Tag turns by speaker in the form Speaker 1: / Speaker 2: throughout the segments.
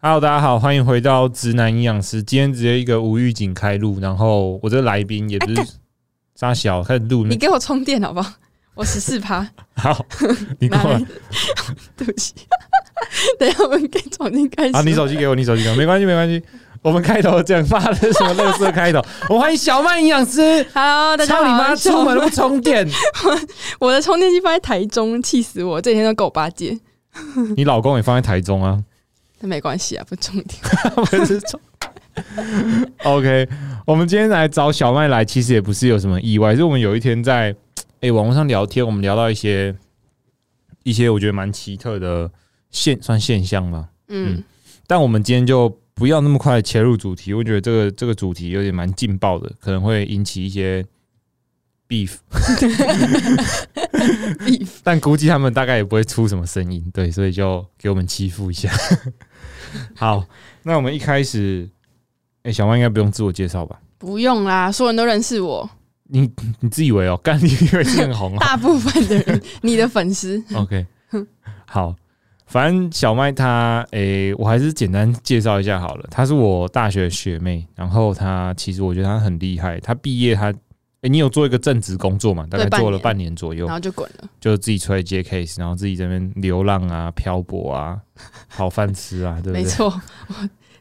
Speaker 1: Hello，大家好，欢迎回到直男营养师。今天直接一个无预警开录，然后我这来宾也不是
Speaker 2: 哎
Speaker 1: 沙小，开始录
Speaker 2: 你
Speaker 1: 那
Speaker 2: 给我充电好不好？我十四趴，
Speaker 1: 好， 你过
Speaker 2: 拿
Speaker 1: 来
Speaker 2: 来， 对不起。等一下我们可以重新开始。
Speaker 1: 啊，你手机给我，你手机给我，没关系，没关系。我们开头这样发的什么乐色开 头？我欢迎小曼营养师。
Speaker 2: Hello，大家
Speaker 1: 操
Speaker 2: 好。
Speaker 1: 你妈！
Speaker 2: 我是小
Speaker 1: 出门
Speaker 2: 曼
Speaker 1: 不充电，
Speaker 2: 我的充电器放在台中，气死我！这几天都狗巴结，
Speaker 1: 你老公也放在台中啊？
Speaker 2: 那没关系啊，不重点。
Speaker 1: 不是充 OK，我们今天来找小麦来，其实也不是有什么意外，是我们有一天在诶网络上聊天，我们聊到一些一些我觉得蛮奇特的现算现象吧。
Speaker 2: 嗯，
Speaker 1: 但我们今天就不要那么快切入主题，我觉得这个这个主题有点蛮劲爆的，可能会引起一些 beef。嗯
Speaker 2: Beef
Speaker 1: 但估计他们大概也不会出什么声音，对，所以就给我们欺负一下。好，那我们一开始，哎、小曼应该不用自我介绍吧？
Speaker 2: 不用啦，所有人都认识我，
Speaker 1: 你你自以为哦， 干你以为是很红啊
Speaker 2: 大部分的人，你的粉丝。
Speaker 1: ？OK，好，反正小麦她，哎、我还是简单介绍一下好了。她是我大学学妹，然后她其实我觉得她很厉害，她毕业她。哎、你有做一个正职工作嘛？大
Speaker 2: 对
Speaker 1: 概
Speaker 2: 半
Speaker 1: 做了
Speaker 2: 年
Speaker 1: 半年左右
Speaker 2: 然，后就滚了，
Speaker 1: 就自己出来接 case，然后自己这边流浪啊、漂泊 啊、讨饭吃啊，对不
Speaker 2: 没
Speaker 1: 对？
Speaker 2: 错，我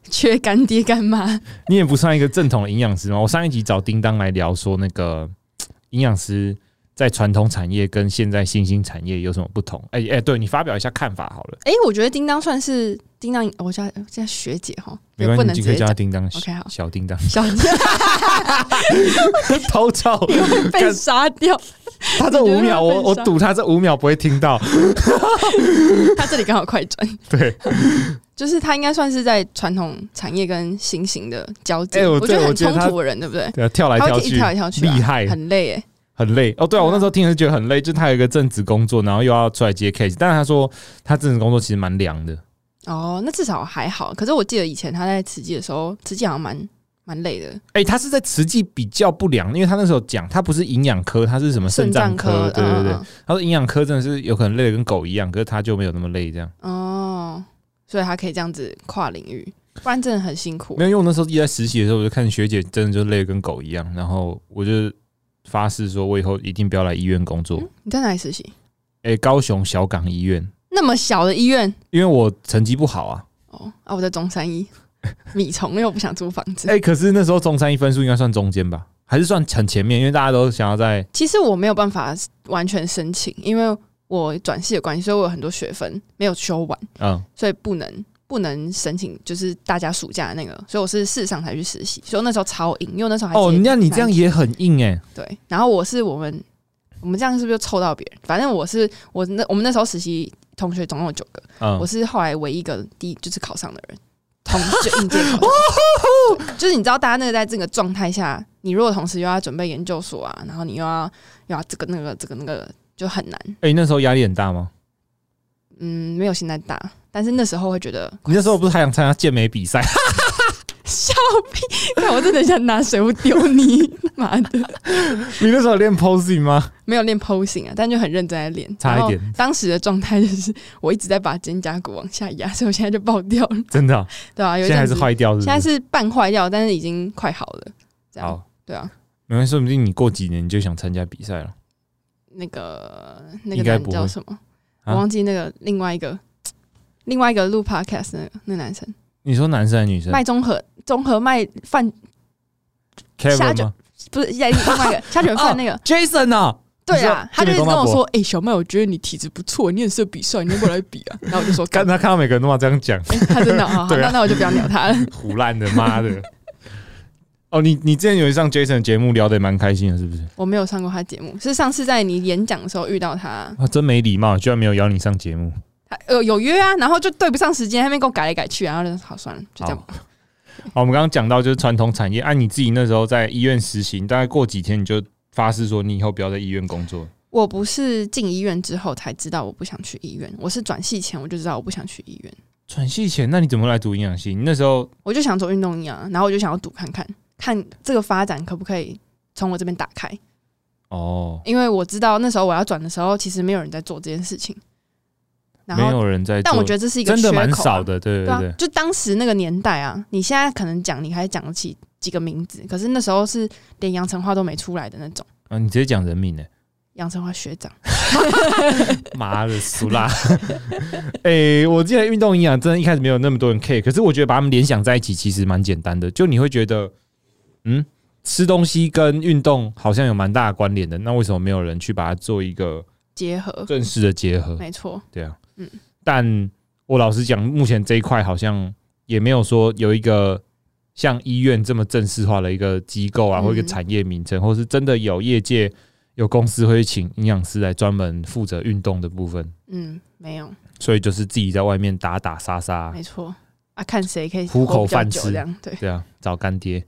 Speaker 2: 缺干爹干妈，
Speaker 1: 你也不算一个正统的营养师嘛。我上一集找叮当来聊说，那个嘖营养师在传统产业跟现在新兴产业有什么不同？哎、哎、对你发表一下看法好了，
Speaker 2: 哎、我觉得叮当算是叮当，我叫叫学姐哈，
Speaker 1: 没关
Speaker 2: 不
Speaker 1: 系，
Speaker 2: 能
Speaker 1: 你
Speaker 2: 直
Speaker 1: 就可
Speaker 2: 接
Speaker 1: 以叫
Speaker 2: 讲
Speaker 1: 他叮当。
Speaker 2: OK，好
Speaker 1: 小叮当
Speaker 2: 小姐
Speaker 1: 偷 照，
Speaker 2: 会被
Speaker 1: 干
Speaker 2: 杀掉。
Speaker 1: 他这五秒，我我
Speaker 2: 你觉得他被杀
Speaker 1: 赌他这五秒不会听到。
Speaker 2: 他这里刚好快转，
Speaker 1: 对，
Speaker 2: 就是他应该算是在传统产业跟新型的交界，
Speaker 1: 哎我
Speaker 2: 我觉
Speaker 1: 对
Speaker 2: 得
Speaker 1: 我
Speaker 2: 很
Speaker 1: 觉得
Speaker 2: 冲
Speaker 1: 他
Speaker 2: 突的人，对不对？
Speaker 1: 对啊，跳来
Speaker 2: 他
Speaker 1: 跳
Speaker 2: 会一
Speaker 1: 去，
Speaker 2: 直跳来跳去、啊，
Speaker 1: 厉害，
Speaker 2: 很累哎。
Speaker 1: 很累哦。对啊，
Speaker 2: 对啊
Speaker 1: 我那时候听是觉得很累，就是他有一个正职工作，然后又要出来接 case，但是他说他正职工作其实蛮凉的。
Speaker 2: 哦，那至少还好。可是我记得以前他在慈济的时候，慈济好像蛮蛮累的，
Speaker 1: 哎、他是在慈济比较不良，因为他那时候讲他不是营养科，他是什么肾脏
Speaker 2: 脏
Speaker 1: 科，对对对。
Speaker 2: 嗯
Speaker 1: 他说营养科真的是有可能累得跟狗一样，可是他就没有那么累这样。
Speaker 2: 嗯哦，所以他可以这样子跨领域，不然真的很辛苦
Speaker 1: 没。有，因为我那时候一直在实习的时候，我就看学姐真的就累得跟狗一样，然后我就发誓说，我以后一定不要来医院工作。
Speaker 2: 嗯你在哪里实习？
Speaker 1: 哎、高雄小港医院，
Speaker 2: 那么小的医院
Speaker 1: 因为我成绩不好啊。
Speaker 2: 哦啊！我在中山医，米虫又不想租房子。
Speaker 1: 哎、可是那时候中山一分数应该算中间吧，还是算很前面，因为大家都想要在
Speaker 2: 其实我没有办法完全申请，因为我转系的关系，所以我有很多学分没有修完，
Speaker 1: 嗯
Speaker 2: 所以不能不能申请，就是大家暑假的那个，所以我是事上才去实习，所以我那时候超硬，因为我那时候还
Speaker 1: 哦，
Speaker 2: 接
Speaker 1: 那你这样
Speaker 2: 蛮
Speaker 1: 也很硬哎、
Speaker 2: 对，然后我是我们我们这样是不是就凑到别人？反正我是我那我们那时候实习同学总共有九个，
Speaker 1: 嗯
Speaker 2: 我，是后来唯一一个第一就是考上的人，同就应届 考上对就是你知道，大家那个在这个状态下，你如果同时又要准备研究所啊，然后你又要又要这个那个这个那个，就很难。
Speaker 1: 哎、那时候压力很大吗？
Speaker 2: 嗯，没有现在大，但是那时候会觉得，
Speaker 1: 你那时候不是还想参加健美比赛？
Speaker 2: 看我真的想拿水壶丢你，妈的！
Speaker 1: 你那时候练 posing 吗？
Speaker 2: 没有练 posing 啊，但就很认真在练。
Speaker 1: 差一点。
Speaker 2: 当时的状态就是我一直在把肩胛骨往下压，所以我现在就爆掉了，
Speaker 1: 真的啊、
Speaker 2: 对啊，有一
Speaker 1: 现在还
Speaker 2: 阵
Speaker 1: 是
Speaker 2: 子，
Speaker 1: 坏掉是不
Speaker 2: 现
Speaker 1: 是？
Speaker 2: 在是半坏掉，但是已经快好了。这样
Speaker 1: 好，
Speaker 2: 对啊。
Speaker 1: 没关系，说不定你过几年你就想参加比赛了。
Speaker 2: 那个那
Speaker 1: 应
Speaker 2: 个
Speaker 1: 该
Speaker 2: 男
Speaker 1: 不
Speaker 2: 的
Speaker 1: 会
Speaker 2: 叫什么？
Speaker 1: 啊
Speaker 2: 我忘记那个另外一个另外一个录 podcast 那个那男生
Speaker 1: 你说男生还是女生
Speaker 2: 卖综合综合卖饭下
Speaker 1: ？Kevin
Speaker 2: 酒
Speaker 1: 吗
Speaker 2: 不是在另 外一个虾卷饭那个、
Speaker 1: ？Jason 啊？
Speaker 2: 对
Speaker 1: 你
Speaker 2: 啊
Speaker 1: 说，
Speaker 2: 他就一
Speaker 1: 健美
Speaker 2: 直跟
Speaker 1: 公道
Speaker 2: 我
Speaker 1: 伯
Speaker 2: 说：“哎、小麦，我觉得你体质不错，你也适合比赛，你要不要来比啊？” 然后我就说：“
Speaker 1: 看
Speaker 2: 干，
Speaker 1: 他看到每个人都嘛这样 讲，
Speaker 2: 哎他真的好好，
Speaker 1: 对啊
Speaker 2: 那那我就不要鸟他 了。
Speaker 1: 胡烂的，妈的！哦，你你之前有一上 Jason 的节目，聊得也蛮开心的，是不是？”
Speaker 2: 我没有上过他节目，是上次在你演讲的时候遇到他，
Speaker 1: 啊，真没礼貌，居然没有邀你上节目。
Speaker 2: 他呃有约啊，然后就对不上时间，他们给我改来改去，啊然后就好算了，就这样吧。
Speaker 1: 好，我们刚刚讲到就是传统产业，按、你自己那时候在医院实行，大概过几天你就发誓说你以后不要在医院工作。
Speaker 2: 我不是进医院之后才知道我不想去医院，我是转系前我就知道我不想去医院，
Speaker 1: 转系前，那你怎么来读营养系？你那时候
Speaker 2: 我就想走运动营养，然后我就想要赌看看，看这个发展可不可以从我这边打开，
Speaker 1: 哦，
Speaker 2: 因为我知道那时候我要转的时候，其实没有人在做这件事情，然
Speaker 1: 没
Speaker 2: 后，
Speaker 1: 有人在做，
Speaker 2: 但我觉得这是一个
Speaker 1: 真的
Speaker 2: 缺
Speaker 1: 蛮
Speaker 2: 口啊
Speaker 1: 少的，对
Speaker 2: 对啊
Speaker 1: 对，对，
Speaker 2: 就当时那个年代啊，你现在可能讲你还讲得起几个名字，可是那时候是连杨成华都没出来的那种，
Speaker 1: 啊，你直接讲人名呢，
Speaker 2: 杨成华学长，
Speaker 1: 妈的苏 拉，哎，我记得运动营养真的一开始没有那么多人 care，可是我觉得把他们联想在一起其实蛮简单的，就你会觉得，嗯，吃东西跟运动好像有蛮大的关联的，那为什么没有人去把它做一个
Speaker 2: 结合，
Speaker 1: 正式的结合？
Speaker 2: 没错，
Speaker 1: 对啊，
Speaker 2: 嗯
Speaker 1: 但我老实讲，目前这一块好像也没有说有一个像医院这么正式化的一个机构啊，
Speaker 2: 嗯
Speaker 1: 或一个产业名称，或是真的有业界有公司会请营养师来专门负责运动的部分，
Speaker 2: 嗯，没有，
Speaker 1: 所以就是自己在外面打打杀杀，
Speaker 2: 没错啊，看谁可以
Speaker 1: 糊口
Speaker 2: 活比较
Speaker 1: 饭
Speaker 2: 久
Speaker 1: 吃
Speaker 2: 这样，对，
Speaker 1: 对啊，找干爹。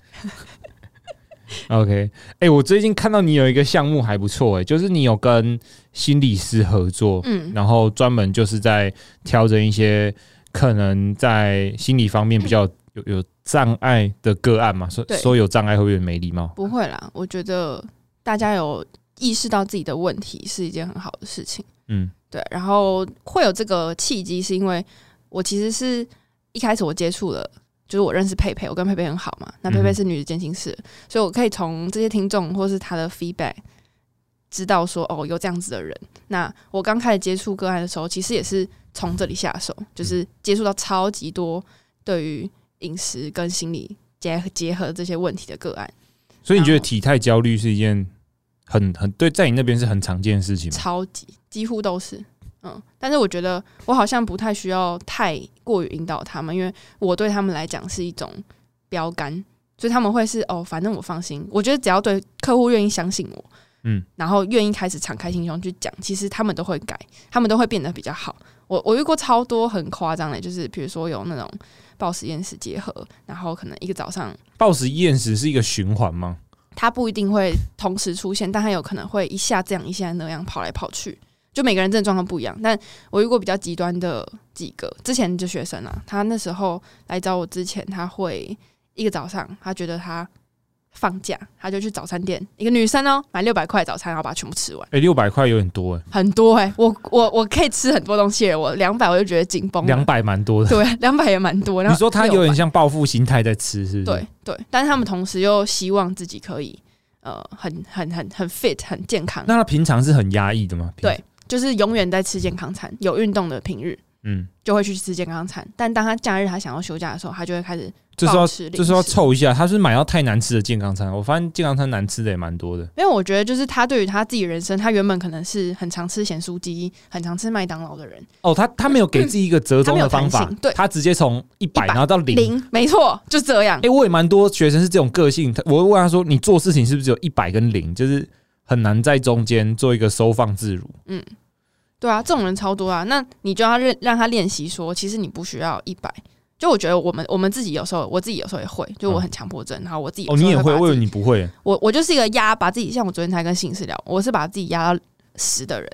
Speaker 1: OK，哎、我最近看到你有一个项目还不错，哎，就是你有跟心理师合作，
Speaker 2: 嗯，
Speaker 1: 然后专门就是在调整一些可能在心理方面比较有有障碍的个案嘛。说
Speaker 2: 对
Speaker 1: 说有障碍会不会没礼貌？
Speaker 2: 不会啦，我觉得大家有意识到自己的问题是一件很好的事情。
Speaker 1: 嗯
Speaker 2: 对，然后会有这个契机，是因为我其实是一开始我接触了，就是我认识佩佩，我跟佩佩很好嘛，那佩佩
Speaker 1: 嗯
Speaker 2: 是女子健心室，所以我可以从这些听众或是他的 feedback 知道说，哦，有这样子的人。那我刚开始接触个案的时候，其实也是从这里下手，就是接触到超级多对于饮食跟心理结合结合这些问题的个案，
Speaker 1: 所以你觉得
Speaker 2: 然后
Speaker 1: 体态焦虑是一件很很对，在你那边是很常见的事情吗？
Speaker 2: 超级几乎都是。嗯，但是我觉得我好像不太需要太过于引导他们，因为我对他们来讲是一种标杆，所以他们会是哦，反正我放心。我觉得只要对客户愿意相信我，
Speaker 1: 嗯，
Speaker 2: 然后愿意开始敞开心胸去讲，其实他们都会改，他们都会变得比较好。我我遇过超多很夸张的，就是比如说有那种暴食厌食结合，然后可能一个早上
Speaker 1: 暴食厌食是一个循环吗？
Speaker 2: 它不一定会同时出现，但它有可能会一下这样一下那样跑来跑去，就每个人症状都不一样。但我遇过比较极端的几个，之前就学生啊，他那时候来找我之前，他会一个早上，他觉得他放假，他就去早餐店，一个女生哦，买六百块早餐，然后把它全部吃完，
Speaker 1: 哎、六百块有点多哎、
Speaker 2: 很多哎、我我我可以吃很多东西欸了，我两百我就觉得紧绷了，
Speaker 1: 欸两百蛮多的。
Speaker 2: 对，啊两百也蛮多。然
Speaker 1: 你
Speaker 2: 后
Speaker 1: 说他
Speaker 2: 600
Speaker 1: 有点像报复心态在吃，是不是？
Speaker 2: 对对，但是他们同时又希望自己可以呃很很很很 fit 很健康，
Speaker 1: 那他平常是很压抑的吗？平
Speaker 2: 对就是永远在吃健康餐，有运动的平日
Speaker 1: 嗯，
Speaker 2: 就会去吃健康餐，但当他假日他想要休假的时候，他就会开始
Speaker 1: 这时候
Speaker 2: 暴吃
Speaker 1: 这时候要
Speaker 2: 零食
Speaker 1: 凑一下，他是不是买到太难吃的健康餐。我发现健康餐难吃的也蛮多的。
Speaker 2: 因为我觉得就是他对于他自己人生，他原本可能是很常吃咸酥鸡、很常吃麦当劳的人，
Speaker 1: 哦，他他没有给自己一个折中的方
Speaker 2: 嗯他没
Speaker 1: 法
Speaker 2: 有弹性，对
Speaker 1: 他直接从一百
Speaker 2: 100
Speaker 1: 然后到零。
Speaker 2: 零没错，就这样
Speaker 1: 哎、。我也蛮多学生是这种个性，他我会问他说：“你做事情是不是只有一百跟零，就是很难在中间做一个收放自如
Speaker 2: 对啊，这种人超多啊。那你就要让让他练习说，其实你不需要一百。就我觉得我们我们自己有时候，我自己有时候也会，就我很强迫症，然后我自己？”
Speaker 1: 嗯
Speaker 2: 有
Speaker 1: 哦，
Speaker 2: 时
Speaker 1: 你也
Speaker 2: 候把
Speaker 1: 会，
Speaker 2: 自
Speaker 1: 我以为
Speaker 2: 己
Speaker 1: 你不会。
Speaker 2: 我我就是一个压把自己，像我昨天才跟姓氏聊，我是把自己压到十的人，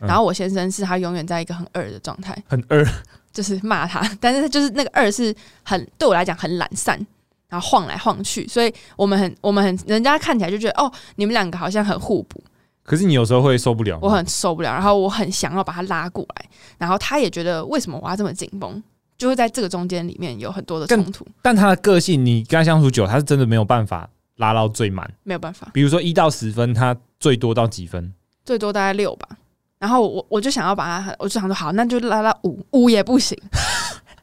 Speaker 1: 嗯
Speaker 2: 然后我先生是他永远在一个很二的状态，
Speaker 1: 很二，
Speaker 2: 就是骂他， 但是就是那个二是很对我来讲很懒散，然后晃来晃去，所以我们很我们很人家看起来就觉得哦，你们两个好像很互补，
Speaker 1: 可是你有时候会受不了。
Speaker 2: 我很受不了，然后我很想要把他拉过来，然后他也觉得为什么我要这么紧绷，就会在这个中间里面有很多的
Speaker 1: 更
Speaker 2: 冲突，
Speaker 1: 但他的个性，你跟他相处久，他是真的没有办法拉到最满。
Speaker 2: 没有办法。
Speaker 1: 比如说一到十分，他最多到几分？
Speaker 2: 最多大概六吧。然后我我就想要把它，我就想说好，那就拉到五，五也不行。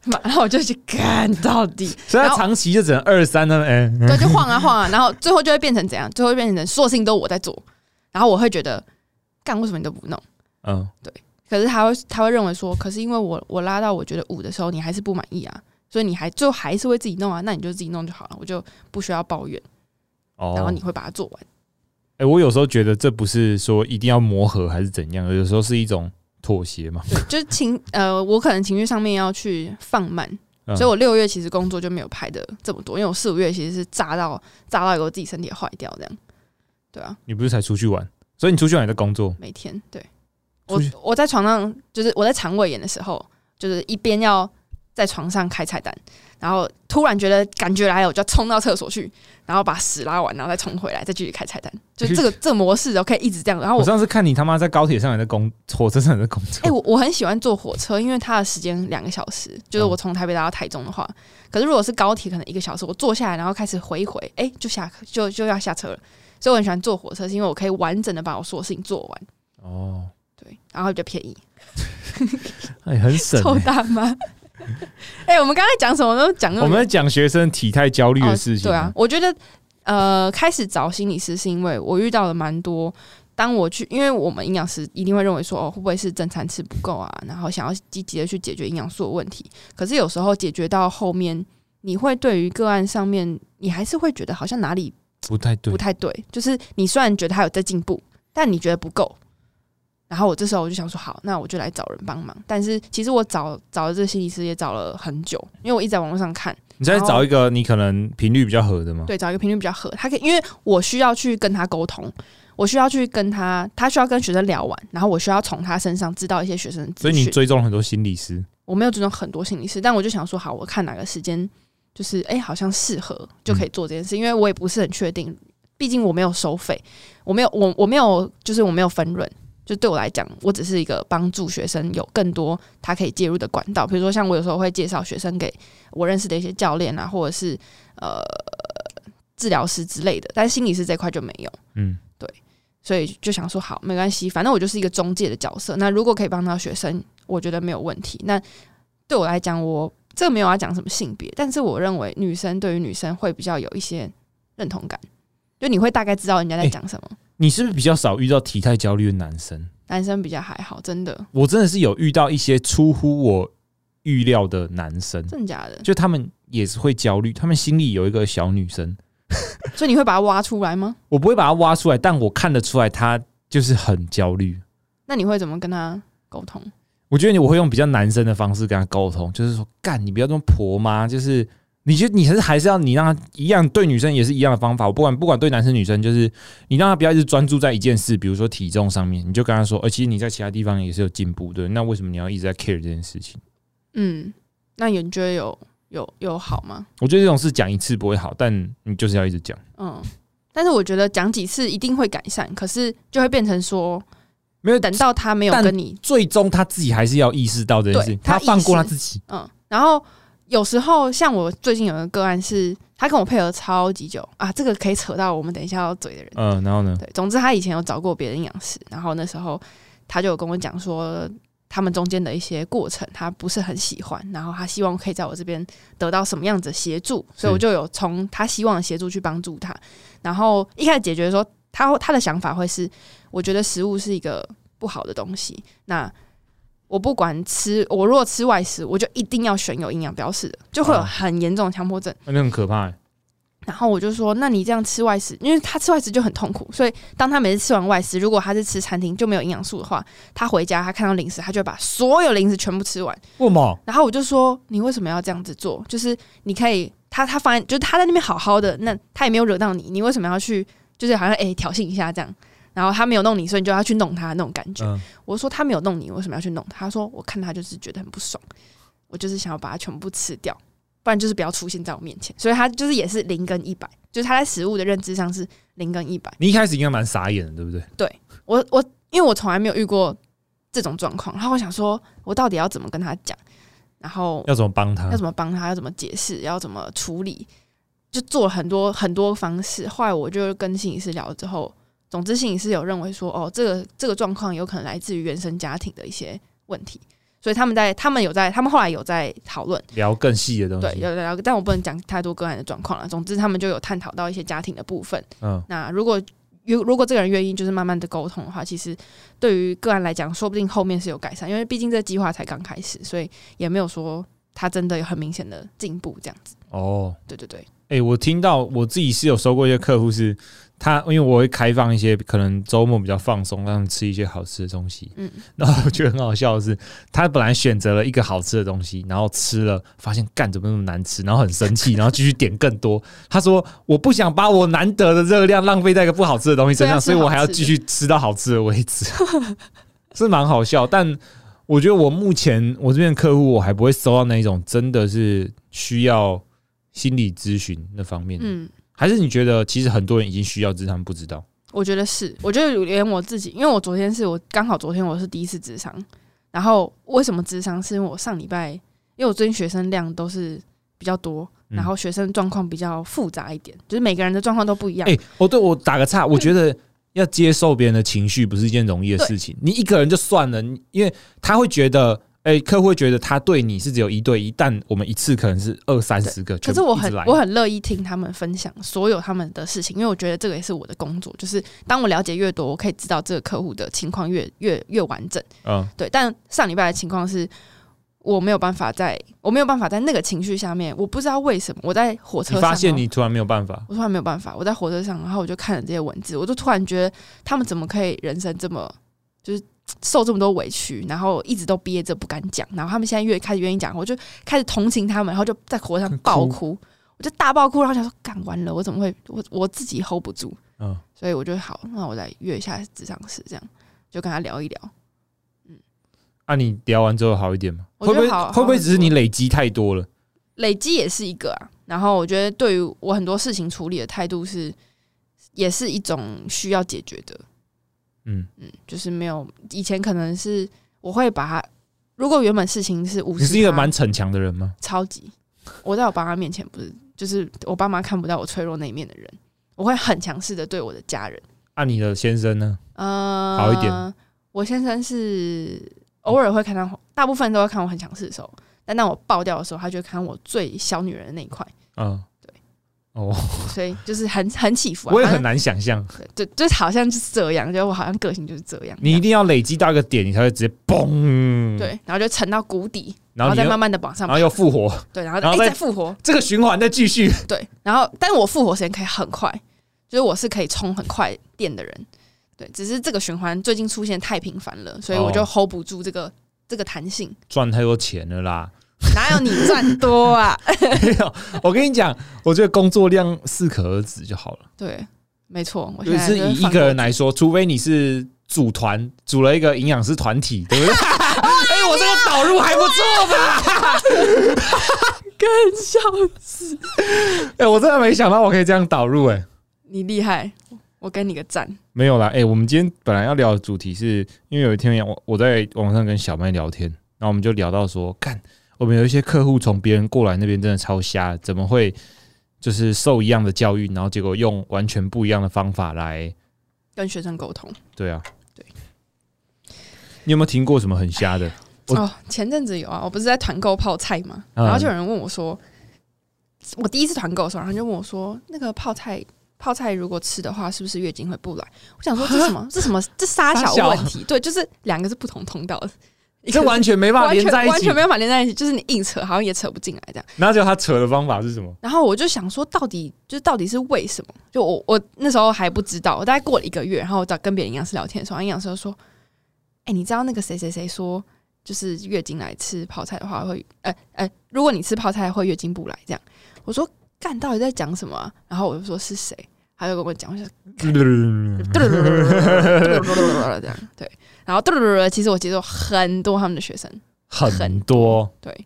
Speaker 2: 然后我就去干到底，
Speaker 1: 所以
Speaker 2: 然
Speaker 1: 他
Speaker 2: 后
Speaker 1: 长期就只能二三呢。哎、
Speaker 2: 对，就晃啊晃啊，然后最后就会变成怎样？最后变成所有事情都我在做，然后我会觉得干为什么你都不弄？
Speaker 1: 嗯，
Speaker 2: 可是他会他会认为说，可是因为我我拉到我觉得五的时候，你还是不满意啊，所以你还最后还是会自己弄啊，那你就自己弄就好了，我就不需要抱怨，
Speaker 1: 哦，
Speaker 2: 然后你会把它做完。
Speaker 1: 哎、我有时候觉得这不是说一定要磨合还是怎样，有时候是一种妥协嘛。
Speaker 2: 对，就是情呃，我可能情绪上面要去放慢，
Speaker 1: 嗯
Speaker 2: 所以我六月其实工作就没有排的这么多，因为我四五月其实是炸到炸到一个我自己身体也坏掉这样，对啊，
Speaker 1: 你不是才出去玩，所以你出去玩也在工作。
Speaker 2: 每天对
Speaker 1: 出
Speaker 2: 我
Speaker 1: 去
Speaker 2: 我在床上就是我在肠胃炎的时候，就是一边要在床上开菜单，然后突然觉得感觉来了，我就要冲到厕所去，然后把屎拉完，然后再冲回来，再继续开菜单。就这个这个模式，我哦可以一直这样。然后
Speaker 1: 我
Speaker 2: 我，
Speaker 1: 上次看你他妈在高铁上还在工，火车上还在工作。
Speaker 2: 哎、我我很喜欢坐火车，因为它的时间两个小时，就是
Speaker 1: 嗯
Speaker 2: 我从台北搭到台中的话，可是如果是高铁，可能一个小时，我坐下来然后开始回一回，哎、就下课就就要下车了。所以我很喜欢坐火车，是因为我可以完整的把我所有事情做完，
Speaker 1: 哦，
Speaker 2: 对，然后比较便宜。
Speaker 1: 哎、很省、
Speaker 2: 臭
Speaker 1: 欸。
Speaker 2: 大妈。 哎、我们刚才讲什么都讲那么
Speaker 1: 我们在讲学生体态焦虑的事情、
Speaker 2: 哦对啊，，我觉得呃，开始找心理师是因为我遇到了蛮多。当我去，因为我们营养师一定会认为说，哦，会不会是正餐吃不够啊？然后想要积极的去解决营养素的问题。可是有时候解决到后面，你会对于个案上面，你还是会觉得好像哪里
Speaker 1: 不太对
Speaker 2: 不。太对。就是你虽然觉得他有在进步，但你觉得不够。然后我这时候我就想说，好，那我就来找人帮忙。但是其实我找找的这个心理师也找了很久，因为我一直在网络上看，
Speaker 1: 你再找一个你可能频率比较合的嘛。
Speaker 2: 对，找一个频率比较合。他可以，因为我需要去跟他沟通，我需要去跟他，他需要跟学生聊完，然后我需要从他身上知道一些学生的
Speaker 1: 所
Speaker 2: 资
Speaker 1: 以你
Speaker 2: 讯。
Speaker 1: 追踪了很多心理师，
Speaker 2: 我没有这种很多心理师，但我就想说，好，我看哪个时间就是哎、诶好像适合就可以做这件事，因为我也不是很确定，毕竟我没有收费，我没有我我没有就是我没有分润。就对我来讲，我只是一个帮助学生有更多他可以介入的管道，比如说像我有时候会介绍学生给我认识的一些教练啊，或者是呃治疗师之类的，但是心理师这块就没有。
Speaker 1: 嗯，
Speaker 2: 所以就想说好，没关系，反正我就是一个中介的角色。那如果可以帮到学生，我觉得没有问题。那对我来讲，我这个没有要讲什么性别，但是我认为女生对于女生会比较有一些认同感，就你会大概知道人家在讲什么。
Speaker 1: 你是不是比较少遇到体态焦虑的男生？
Speaker 2: 男生比较还好，真的，
Speaker 1: 我真的是有遇到一些出乎我预料的男生，
Speaker 2: 真的假的？
Speaker 1: 就他们也是会焦虑，他们心里有一个小女生，
Speaker 2: 所以你会把它挖出来吗？
Speaker 1: 我不会把她挖出来，但我看得出来她就是很焦虑。
Speaker 2: 那你会怎么跟他沟通？
Speaker 1: 我觉得我会用比较男生的方式跟她沟通，就是说，干，你不要这么婆妈，就是你就你还是还是要你让她一样对女生也是一样的方法，我不管不管对男生女生，就是你让她不要一直专注在一件事，比如说体重上面，你就跟她说，而、其实你在其他地方也是有进步的，那为什么你要一直在 care 这件事情？
Speaker 2: 嗯，那你觉得有有有好吗？
Speaker 1: 我觉得这种事讲一次不会好，但你就是要一直讲。
Speaker 2: 嗯，但是我觉得讲几次一定会改善，可是就会变成说，
Speaker 1: 没有
Speaker 2: 等到他没有
Speaker 1: 但
Speaker 2: 跟你
Speaker 1: 最终他自己还是要意识到这件事情
Speaker 2: 对，他
Speaker 1: 他放过
Speaker 2: 意
Speaker 1: 他
Speaker 2: 识
Speaker 1: 自己。
Speaker 2: 嗯，然后有时候像我最近有个个案是，他跟我配合超级久啊，这个可以扯到我们等一下要嘴的人。
Speaker 1: 嗯、然后呢？
Speaker 2: 对，总之他以前有找过别的营养师，然后那时候他就有跟我讲说，他们中间的一些过程他不是很喜欢，然后他希望可以在我这边得到什么样子的协助，所以我就有从他希望的协助去帮助他。然后一开始解决的时候，他他的想法会是，我觉得食物是一个不好的东西，那。我不管吃，我如果吃外食，我就一定要选有营养标示的，就会有
Speaker 1: 啊
Speaker 2: 很严重的强迫症。
Speaker 1: 那很可怕、欸。
Speaker 2: 然后我就说，那你这样吃外食，因为他吃外食就很痛苦，所以当他每次吃完外食，如果他是吃餐厅就没有营养素的话，他回家他看到零食，他就会把所有零食全部吃完。
Speaker 1: 为毛？
Speaker 2: 然后我就说，你为什么要这样子做？就是你可以，他他发现就是他在那边好好的，那他也没有惹到你，你为什么要去就是好像诶挑衅一下这样？然后他没有弄你，所以你就要去弄他那种感觉。
Speaker 1: 嗯，
Speaker 2: 我说他没有弄你，为什么要去弄他？他说我看他就是觉得很不爽，我就是想要把它全部吃掉，不然就是不要出现在我面前。所以他就是也是零跟一百，就是他在食物的认知上是零跟一百。
Speaker 1: 你一开始应该蛮傻眼的，对不对？
Speaker 2: 我我因为我从来没有遇过这种状况，然后我想说我到底要怎么跟他讲，然后
Speaker 1: 要怎么帮他
Speaker 2: 要？怎么帮他，要怎么解释，要怎么处理，就做了很多很多方式。后来我就跟心理师聊了之后，总之心理师有认为说，哦，这个这个状况有可能来自于原生家庭的一些问题，所以他们在他们有在他们后来有在讨论，
Speaker 1: 聊更细的东
Speaker 2: 对，
Speaker 1: 西。
Speaker 2: 有聊，但我不能讲太多个案的状况了。总之他们就有探讨到一些家庭的部分。
Speaker 1: 嗯，
Speaker 2: 那如果如如果这个人愿意，就是慢慢的沟通的话，其实对于个案来讲，说不定后面是有改善，因为毕竟这计划才刚开始，所以也没有说他真的有很明显的进步这样子。
Speaker 1: 哦，
Speaker 2: 对对对，
Speaker 1: 哎、我听到我自己是有收过一些客户是，他因为我会开放一些可能周末比较放松，让他们吃一些好吃的东西。
Speaker 2: 嗯，
Speaker 1: 然后我觉得很好笑的是，他本来选择了一个好吃的东西，然后吃了发现干怎么那么难吃，然后很生气，然后继续点更多。他说我不想把我难得的热量浪费在一个不好吃的东西身上，所
Speaker 2: 所以
Speaker 1: 以
Speaker 2: 啊要吃
Speaker 1: 我还要
Speaker 2: 好吃的
Speaker 1: 继续吃到好吃的为止，是蛮好笑。但我我觉得我目前我这边的客户我还不会收到那一种真的是需要心理咨询那方面的，
Speaker 2: 嗯，
Speaker 1: 还是你觉得其实很多人已经需要，只是他们不知道？
Speaker 2: 我觉得是，我觉得连我自己，因为我昨天是我刚好昨天我是第一次智商，然后为什么智商？是因为我上礼拜，因为我最近学生量都是比较多，
Speaker 1: 嗯
Speaker 2: 然后学生状况比较复杂一点，就是每个人的状况都不一样。嗯
Speaker 1: 哎、哦，对，我打个岔，我觉得要接受别人的情绪不是一件容易的事情。你一个人就算了，你因为他会觉得，哎、客户会觉得他对你是只有一对一，但我们一次可能是二三十个，
Speaker 2: 可
Speaker 1: 全
Speaker 2: 是
Speaker 1: 部
Speaker 2: 我
Speaker 1: 一直
Speaker 2: 很
Speaker 1: 来
Speaker 2: 我很乐意听他们分享所有他们的事情，因为我觉得这个也是我的工作，就是当我了解越多，我可以知道这个客户的情况越越越完整。
Speaker 1: 嗯
Speaker 2: 对，但上礼拜的情况是，我没有办法在，我没有办法在那个情绪下面，我不知道为什么我在火车
Speaker 1: 你
Speaker 2: 上，
Speaker 1: 发现你突然没有办法，
Speaker 2: 我突然没有办法，我在火车上，然后我就看了这些文字，我就突然觉得他们怎么可以人生这么就是受这么多委屈，然后一直都憋着不敢讲，然后他们现在越开始愿意讲，我就开始同情他们，然后就在火车上爆哭，我就大爆哭，然后想说干完了，我怎么会我我自己 hold 不住，
Speaker 1: 嗯，
Speaker 2: 所以我就好，那我来约一下智商师，这样就跟他聊一聊。
Speaker 1: 啊，你聊完之后好一点吗？
Speaker 2: 我
Speaker 1: 会
Speaker 2: 觉
Speaker 1: 不
Speaker 2: 得
Speaker 1: 会
Speaker 2: 好
Speaker 1: 会不会
Speaker 2: 好
Speaker 1: 只是你累积太多了？
Speaker 2: 累积也是一个啊。然后我觉得对于我很多事情处理的态度是，也是一种需要解决的。
Speaker 1: 嗯，
Speaker 2: 嗯，就是没有以前可能是我会把它，如果原本事情是啊五十，
Speaker 1: 你是一个蛮逞强的人吗？
Speaker 2: 超级，我在我爸妈面前不是，就是我爸妈看不到我脆弱那一面的人，我会很强势的对我的家人。
Speaker 1: 啊，你的先生呢？
Speaker 2: 呃，
Speaker 1: 好一点。
Speaker 2: 我先生是偶尔会看到，大部分都会看我很强势的时候，但当我爆掉的时候，他就会看我最小女人的那一块。
Speaker 1: 嗯，
Speaker 2: 对，
Speaker 1: 哦，
Speaker 2: 所以就是很很起伏、啊。
Speaker 1: 我也很难想象，
Speaker 2: 反正对，就就好像就是这样，就我好像个性就是这样。
Speaker 1: 你一定要累积到一个点，你才会直接嘣，，
Speaker 2: 对，然后就沉到谷底，
Speaker 1: 然后
Speaker 2: 后
Speaker 1: 你
Speaker 2: 再
Speaker 1: 又
Speaker 2: 慢慢的往上
Speaker 1: 然后又复活，
Speaker 2: 对，然后
Speaker 1: 然后
Speaker 2: 哎
Speaker 1: 再
Speaker 2: 再复活，
Speaker 1: 这个循环再继续。
Speaker 2: 对，然后但我复活时间可以很快，就是我是可以冲很快电的人，对，只是这个循环最近出现太频繁了，所以我就
Speaker 1: 哦
Speaker 2: hold 不住这个。这个弹性
Speaker 1: 赚太多钱了啦！
Speaker 2: 哪有你赚多啊？
Speaker 1: 没有，我跟你讲，我觉得工作量适可而止就好了。
Speaker 2: 对，没错，我现
Speaker 1: 就
Speaker 2: 在
Speaker 1: 是
Speaker 2: 会
Speaker 1: 以一
Speaker 2: 放
Speaker 1: 个人
Speaker 2: 过
Speaker 1: 来说，除非你是组团，组了一个营养师团体，对不 对？哎、我这个导入还不错吧？
Speaker 2: 更笑死，
Speaker 1: 哎、我真的没想到我可以这样导入、哎，
Speaker 2: 你厉害，我给你个赞。
Speaker 1: 没有啦，哎、我们今天本来要聊的主题是因为有一天我我在网上跟小麦聊天，然后我们就聊到说，看我们有一些客户从别人过来那边真的超瞎，怎么会就是受一样的教育，然后结果用完全不一样的方法来
Speaker 2: 跟学生沟通
Speaker 1: 对啊，
Speaker 2: 对。
Speaker 1: 你有没有听过什么很瞎 的？我
Speaker 2: 哦，前阵子有啊，我不是在团购泡菜嘛，
Speaker 1: 嗯
Speaker 2: 然后就有人问我说，我第一次团购的时候，然后就问我说，那个泡菜泡菜如果吃的话，是不是月经会不来？我想说这什么这什么这仨
Speaker 1: 傻
Speaker 2: 小
Speaker 1: 啊小
Speaker 2: 问题，对，就是两个是不同通道 的，一
Speaker 1: 这
Speaker 2: 个
Speaker 1: 完全没办法
Speaker 2: 完
Speaker 1: 连
Speaker 2: 全
Speaker 1: 在一
Speaker 2: 完
Speaker 1: 起
Speaker 2: 全。没办法连在一起，就是你硬扯好像也扯不进来这样。
Speaker 1: 然后就他扯的方法是什 么？
Speaker 2: 然后我就想说，到底就是到底是为什么？就我我那时候还不知道，我大概过了一个月，然后我在跟别人营养师聊天的时候，营养师就说：“哎、你知道那个谁谁谁说，就是月经来吃泡菜的话会，呃呃，如果你吃泡菜会月经不来这样。”我说：“干，到底在讲什么啊、然后我就说是谁，他就跟我讲，我就嘟噜噜噜噜噜噜噜噜噜这样对，然后嘟噜噜噜，其实我接受很多他们的学生，
Speaker 1: 很多，
Speaker 2: 对，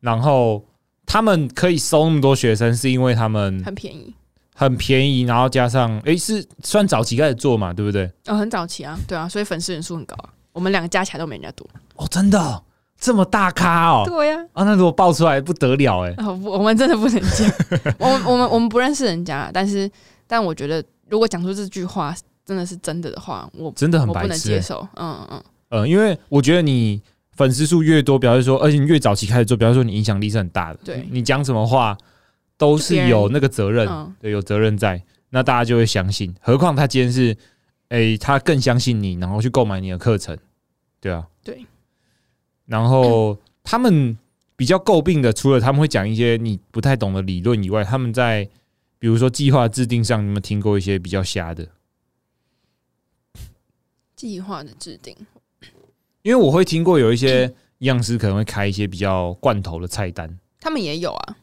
Speaker 1: 然后他们可以收那么多学生，是因为他们
Speaker 2: 很便宜，
Speaker 1: 很便宜，然后加上诶，是算早期开始做嘛，对不对？
Speaker 2: 哦，很早期啊，对啊，所以粉丝人数很高啊，我们两个加起来都没人家多，
Speaker 1: 哦，真的哦、这么大咖哦
Speaker 2: 对呀、
Speaker 1: 啊！那如果爆出来不得了 诶，
Speaker 2: 啊、不我们真的不能讲， 我们我们我们不认识人家，但是但我觉得，如果讲出这句话真的是真的的话，我
Speaker 1: 真的很
Speaker 2: 我
Speaker 1: 白
Speaker 2: 不能
Speaker 1: 痴、
Speaker 2: 接
Speaker 1: 欸。
Speaker 2: 受。嗯嗯，
Speaker 1: 呃，因为我觉得你粉丝数越多，表示说，而且你越早期开始做，表示说你影响力是很大的。
Speaker 2: 对
Speaker 1: 你讲什么话都是
Speaker 2: 就别人
Speaker 1: 有那个责任，
Speaker 2: 嗯
Speaker 1: 对，有责任在，那大家就会相信。何况他今天是，诶、他更相信你，然后去购买你的课程，对啊，
Speaker 2: 对。
Speaker 1: 然后 他们比较诟病的，除了他们会讲一些你不太懂的理论以外，他们在比如说计划制定上，你们听过一些比较瞎的？
Speaker 2: 计划的制定，
Speaker 1: 因为我会听过有一些
Speaker 2: 嗯
Speaker 1: 营养师可能会开一些比较罐头的菜单，
Speaker 2: 他们也有啊。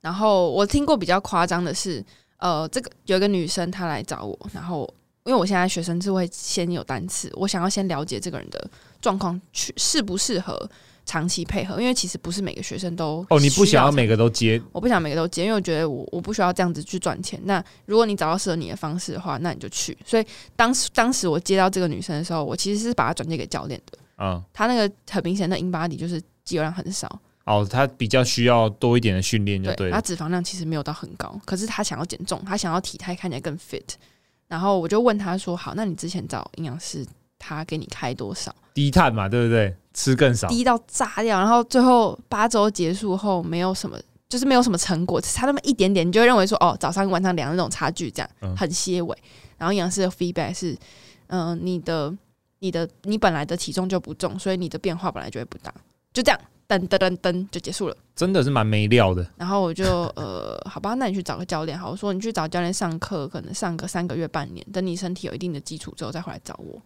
Speaker 2: 然后我听过比较夸张的是，呃，这个有一个女生她来找我，然后因为我现在学生是会先有单次，我想要先了解这个人的状况，去适不适合长期配合。因为其实不是每个学生都
Speaker 1: 哦，你不
Speaker 2: 需
Speaker 1: 想
Speaker 2: 要
Speaker 1: 要
Speaker 2: 这样
Speaker 1: 每个都接，
Speaker 2: 我不想每个都接，因为我觉得我我不需要这样子去赚钱。那如果你找到适合你的方式的话，那你就去。所以当时当时我接到这个女生的时候，我其实是把她转借给教练的。
Speaker 1: 嗯，
Speaker 2: 她那个很明显的 in body 就是肌肉量很少，
Speaker 1: 哦，他比较需要多一点的训练就嗯对了，
Speaker 2: 她
Speaker 1: 啊
Speaker 2: 脂肪量其实没有到很高，可是她想要减重，她想要体态看起来更 fit。然后我就问她说：“好，那你之前找营养师，他给你开多少？
Speaker 1: 低碳嘛，对不对？吃更少，
Speaker 2: 低到炸掉，然后最后八周结束后没有什么，就是没有什么成果，只差那么一点点，你就会认为说哦，早上跟晚上量的那种差距这
Speaker 1: 嗯
Speaker 2: 样很些微。然后营养师的 feedback 是，嗯、你的你的你本来的体重就不重，所以你的变化本来就会不大，就这样，噔噔噔噔就结束了。
Speaker 1: 真的是蛮没料的。
Speaker 2: 然后我就呃，好吧，那你去找个教练好，我说你去找教练上课，可能上个三个月半年，等你身体有一定的基础之后再回来找我。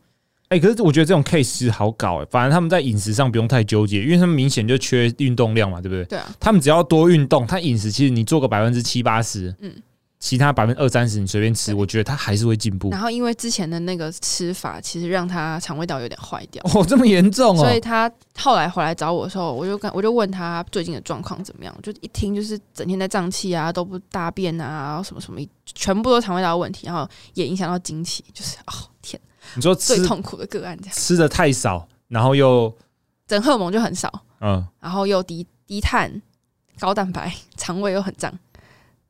Speaker 1: 哎、可是我觉得这种 case 其实好搞哎、反正他们在饮食上不用太纠结，因为他们明显就缺运动量嘛，对不对？
Speaker 2: 对啊，
Speaker 1: 他们只要多运动，他饮食其实你做个百分之七八十，嗯
Speaker 2: 嗯，
Speaker 1: 其他百分之二三十你随便吃，
Speaker 2: 对
Speaker 1: 我觉得他还是会进步。
Speaker 2: 然后因为之前的那个吃法，其实让他肠胃道有点坏掉。
Speaker 1: 哦，这么严重哦！
Speaker 2: 所以他后来回来找我的时候，我就跟我就问他最近的状况怎么样，就一听就是整天在胀气啊，都不大便啊，然后什么什么一，全部都肠胃道的问题，然后也影响到经期，就是哦天，
Speaker 1: 你说吃
Speaker 2: 最痛苦的个案这样，
Speaker 1: 吃的太少，然后又
Speaker 2: 整荷尔蒙就很少，
Speaker 1: 嗯，
Speaker 2: 然后又低低碳、高蛋白， 肠胃又很胀，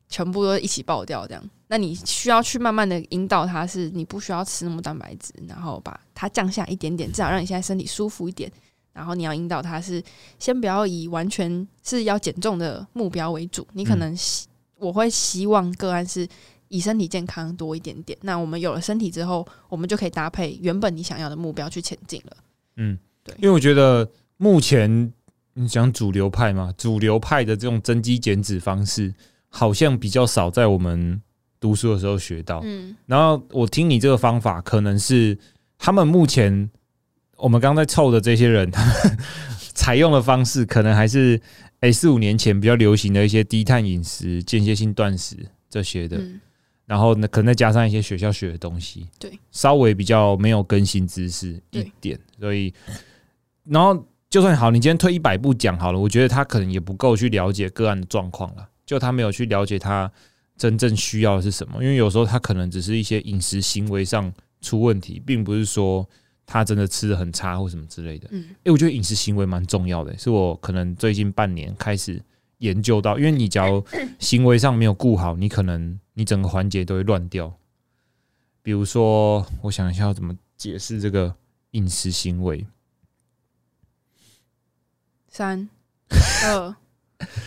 Speaker 2: 全部都一起爆掉这样。那你需要去慢慢的引导他，是你不需要吃那么多蛋白质，然后把它降下一点点，至少让你现在身体舒服一点。然后你要引导他是先不要以完全是要减重的目标为主，你可能希、我会希望个案是以身体健康多一点点。那我们有了身体之后，我们就可以搭配原本你想要的目标去前进了。
Speaker 1: 因为我觉得目前你讲主流派嘛，主流派的这种增肌减脂方式，好像比较少在我们读书的时候学到。
Speaker 2: 嗯，
Speaker 1: 然后我听你这个方法，可能是他们目前我们刚才凑的这些人， 他们采用的方式，可能还是诶四五年前比较流行的一些低碳饮食、间歇性断食这些的。
Speaker 2: 嗯，
Speaker 1: 然后呢，可能再加上一些学校学的东西，
Speaker 2: 对，
Speaker 1: 稍微比较没有更新知识一
Speaker 2: 对
Speaker 1: 点，所以，然后就算好，你今天推一百步讲好了，我觉得他可能也不够去了解个案的状况了，就他没有去了解他真正需要的是什么，因为有时候他可能只是一些饮食行为上出问题，并不是说他真的吃的很差或什么之类的。
Speaker 2: 嗯，
Speaker 1: 诶，我觉得饮食行为蛮重要的、是我可能最近半年开始研究到，因为你 假如行为上没有顾好，你可能你整个环节都会乱掉。比如说，我想一下要怎么解释这个饮食行为。
Speaker 2: 三 二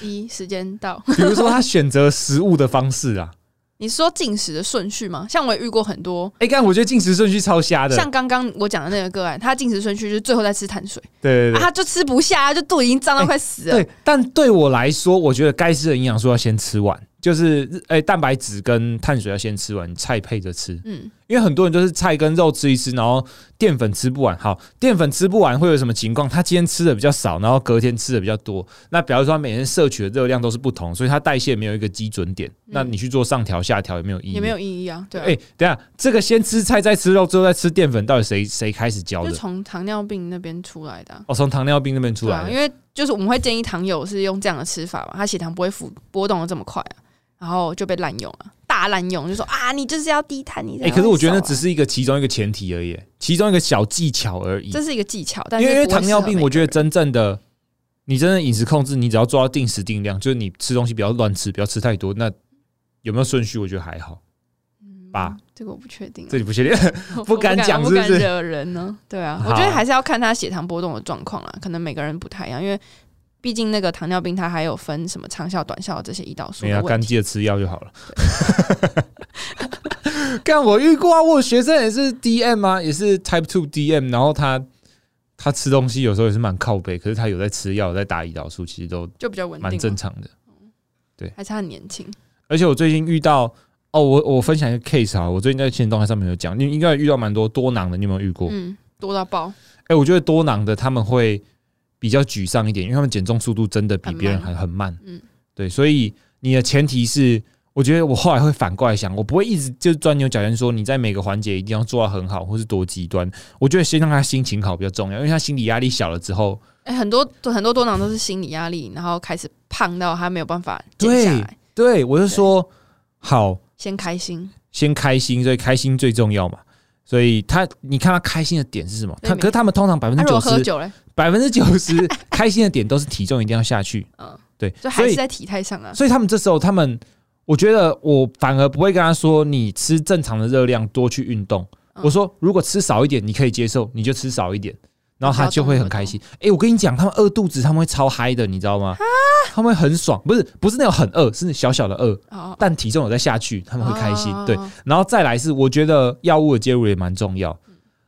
Speaker 2: 一，时间到。
Speaker 1: 比如说，他选择食物的方式啊，
Speaker 2: 你是说进食的顺序吗？像我也遇过很多，
Speaker 1: 哎、干，我觉得进食顺序超瞎的。
Speaker 2: 像刚刚我讲的那个个案，他进食顺序就是最后再吃碳水，
Speaker 1: 对对
Speaker 2: 啊、
Speaker 1: 对、哎
Speaker 2: 他就吃不下，就肚已经胀到快死了。
Speaker 1: 对，但对我来说，我觉得该吃的营养素要先吃完，就是哎、诶蛋白质跟碳水要先吃完，菜配着吃。
Speaker 2: 嗯，
Speaker 1: 因为很多人就是菜跟肉吃一吃，然后淀粉吃不完。好，淀粉吃不完会有什么情况？他今天吃的比较少，然后隔天吃的比较多。那比方说他每天摄取的热量都是不同，所以他代谢没有一个基准点。那你去做上调下调也没有意义。
Speaker 2: 嗯也没有意义啊，对
Speaker 1: 哎、
Speaker 2: 啊，
Speaker 1: 等一下这个先吃菜再吃肉，最后再吃淀粉，到底谁谁开始教
Speaker 2: 就
Speaker 1: 的？
Speaker 2: 从糖尿病那边出来的啊、
Speaker 1: 哦，从糖尿病那边出
Speaker 2: 对
Speaker 1: 来
Speaker 2: 啊，
Speaker 1: 的。
Speaker 2: 因为就是我们会建议糖友是用这样的吃法嘛，他血糖不会浮波动的这么快啊，然后就被滥用啊，大滥用，就说啊，你就是要低碳，你才
Speaker 1: 哎、可是我觉得那
Speaker 2: 会瘦啊
Speaker 1: 只是一个其中一个前提而已，其中一个小技巧而已。
Speaker 2: 这是一个技巧，但
Speaker 1: 因
Speaker 2: 是
Speaker 1: 为因为
Speaker 2: 不会
Speaker 1: 糖尿
Speaker 2: 适合
Speaker 1: 病，
Speaker 2: 每
Speaker 1: 我
Speaker 2: 个
Speaker 1: 觉得
Speaker 2: 人
Speaker 1: 真正的你真正饮食控制，你只要做到定时定量，就是你吃东西不要乱吃，不要吃太多。那有没有顺序？我觉得还好，吧
Speaker 2: 嗯这个我不确定啊、
Speaker 1: 这里不 确定。
Speaker 2: 我
Speaker 1: 不
Speaker 2: 不
Speaker 1: 敢讲
Speaker 2: 我
Speaker 1: 是不
Speaker 2: 不敢
Speaker 1: 是
Speaker 2: 惹人呢、对啊，
Speaker 1: 好
Speaker 2: 我觉得还是要看他血糖波动的状况啦，可能每个人不太一样，因为毕竟那个糖尿病它还有分什么长效、短效这些胰岛素
Speaker 1: 没有
Speaker 2: 的
Speaker 1: 啊，干
Speaker 2: 问题。
Speaker 1: 记得吃药就好了。 干我遇过啊，我有学生也是 DM 啊，也是 Type Two DM，然后他他吃东西有时候也是蛮靠背，可是他有在吃药，有在打胰岛素，其实都
Speaker 2: 就比较稳定啊
Speaker 1: 蛮
Speaker 2: 嘛，
Speaker 1: 正常的。
Speaker 2: 还是他很年轻，
Speaker 1: 而且我最近遇到哦，我我分享一个 case 啊，我最近在线动态上面有讲，你应该有遇到蛮多多囊的，你有没有遇过？
Speaker 2: 嗯，多到爆，
Speaker 1: 哎、我觉得多囊的他们会比较沮丧一点，因为他们减重速度真的比别人还很慢。
Speaker 2: 嗯
Speaker 1: 对，所以你的前提是我觉得我后来会反过来想，我不会一直就是钻牛角尖，说你在每个环节一定要做到很好，或是多极端。我觉得先让他心情好比较重要，因为他心理压力小了之后，
Speaker 2: 哎、很多很多多囊都是心理压力，然后开始胖到他没有办法减下
Speaker 1: 对
Speaker 2: 来，
Speaker 1: 对我就说好，
Speaker 2: 先开心。
Speaker 1: 先开心，所以开心最重要嘛。所以他，你看他开心的点是什么？
Speaker 2: 对
Speaker 1: 他可是他们通常百分
Speaker 2: 他、
Speaker 1: 之
Speaker 2: 如
Speaker 1: 九
Speaker 2: 果喝
Speaker 1: 十，
Speaker 2: 酒嘞，
Speaker 1: 百分之九十 开心的点都是体重一定要下去，
Speaker 2: 嗯，
Speaker 1: 对，
Speaker 2: 就
Speaker 1: 所
Speaker 2: 还
Speaker 1: 以
Speaker 2: 是在体态上啊。
Speaker 1: 所以他们这时候，他们我觉得我反而不会跟他说你吃正常的热量，多去运动。
Speaker 2: 嗯
Speaker 1: 我说如果吃少一点，你可以接受，你就吃少一点，然后他就会很开心。诶，我跟你讲，他们饿肚子，他们会超嗨的，你知道吗？他们会很爽，不是不是那种很饿，是小小的饿，
Speaker 2: 哦，
Speaker 1: 但体重有在下去，他
Speaker 2: 他
Speaker 1: 们会开心。对，然后再来是，我觉得药物的介入也蛮重要。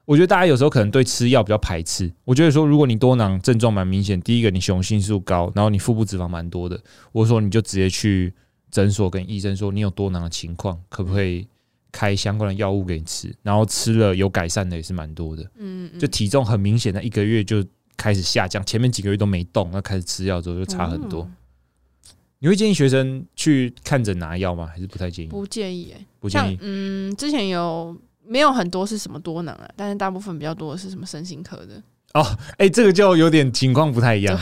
Speaker 1: 我觉得大家有时候可能对吃药比较排斥。我觉得说，如果你多囊症状蛮明显，第一个你雄性素高，然后你腹部脂肪蛮多的，我说你就直接去诊所跟医生说你有多囊的情况，可不可
Speaker 2: 嗯
Speaker 1: 以开相关的药物给你吃？然后吃了有改善的也是蛮多的，
Speaker 2: 嗯，嗯
Speaker 1: 就体重很明显的一个月就开始下降，前面几个月都没动，那开始吃药之后就差很多。
Speaker 2: 嗯
Speaker 1: 你会建议学生去看诊拿药吗？还是不太建议？
Speaker 2: 不建议、欸。
Speaker 1: 不建
Speaker 2: 像
Speaker 1: 议。
Speaker 2: 嗯，之前有没有很多是什么多囊啊？但是大部分比较多的是什么身心科的，
Speaker 1: 哎、这个就有点情况不太一样。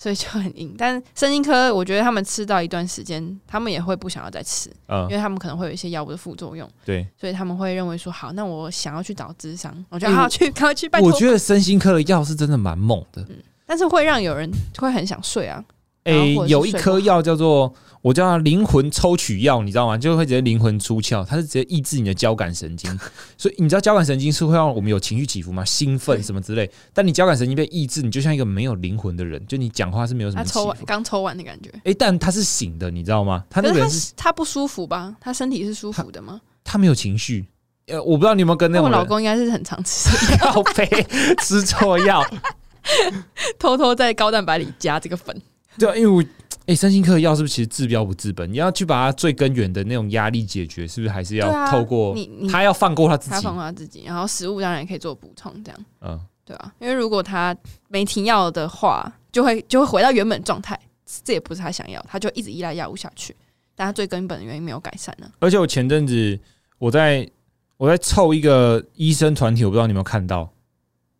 Speaker 2: 所以就很硬。但身心科，我觉得他们吃到一段时间，他们也会不想要再吃，
Speaker 1: 嗯
Speaker 2: 因，为他们可能会有一些药物的副作用，
Speaker 1: 对，
Speaker 2: 所以他们会认为说，好，那我想要去找智商，我觉
Speaker 1: 哎
Speaker 2: 得
Speaker 1: 我
Speaker 2: 好去，赶快去拜
Speaker 1: 我
Speaker 2: 托。
Speaker 1: 觉得身心科的药是真的蛮猛的。
Speaker 2: 但是会让有人会很想睡啊，然后
Speaker 1: 诶、
Speaker 2: 或者是
Speaker 1: 有一
Speaker 2: 睡不
Speaker 1: 颗
Speaker 2: 好
Speaker 1: 药叫做我叫它灵魂抽取药，你知道吗？就会直接灵魂出窍，它是直接抑制你的交感神 经。所以你知道交感神经是会让我们有情绪起伏吗？兴奋什么之类。但你交感神经被抑制，你就像一个没有灵魂的人，就你讲话是没有什
Speaker 2: 他
Speaker 1: 么起
Speaker 2: 抽完
Speaker 1: 伏。
Speaker 2: 刚抽完的感觉。
Speaker 1: 诶、但他是醒的，你知道吗？他那
Speaker 2: 可
Speaker 1: 个
Speaker 2: 是
Speaker 1: 人
Speaker 2: 他
Speaker 1: 是
Speaker 2: 他不舒服吧？他身体是舒服的吗？
Speaker 1: 他没有情绪。呃，我不知道你有没有跟那
Speaker 2: 那我
Speaker 1: 种
Speaker 2: 老
Speaker 1: 人
Speaker 2: 公应该是很常吃 这个，
Speaker 1: 靠背吃错药，
Speaker 2: 偷偷在高蛋白里加这个粉。
Speaker 1: 对啊，因为我哎、身心科的药是不是其实治标不治本？你要去把它最根源的那种压力解决，是不是还是
Speaker 2: 对
Speaker 1: 要
Speaker 2: 啊，
Speaker 1: 透过、
Speaker 2: 你你
Speaker 1: 他要放过他自
Speaker 2: 他
Speaker 1: 己
Speaker 2: 放？过他自己，然后食物当然也可以做补充，这样
Speaker 1: 嗯，
Speaker 2: 对啊，因为如果他没停药的话，就会就会回到原本状态，这也不是他想要，他就一直依赖药物下去，但他最根本的原因没有改善呢、
Speaker 1: 而且我前阵子我在我在凑一个医生团体，我不知道你有没有看到，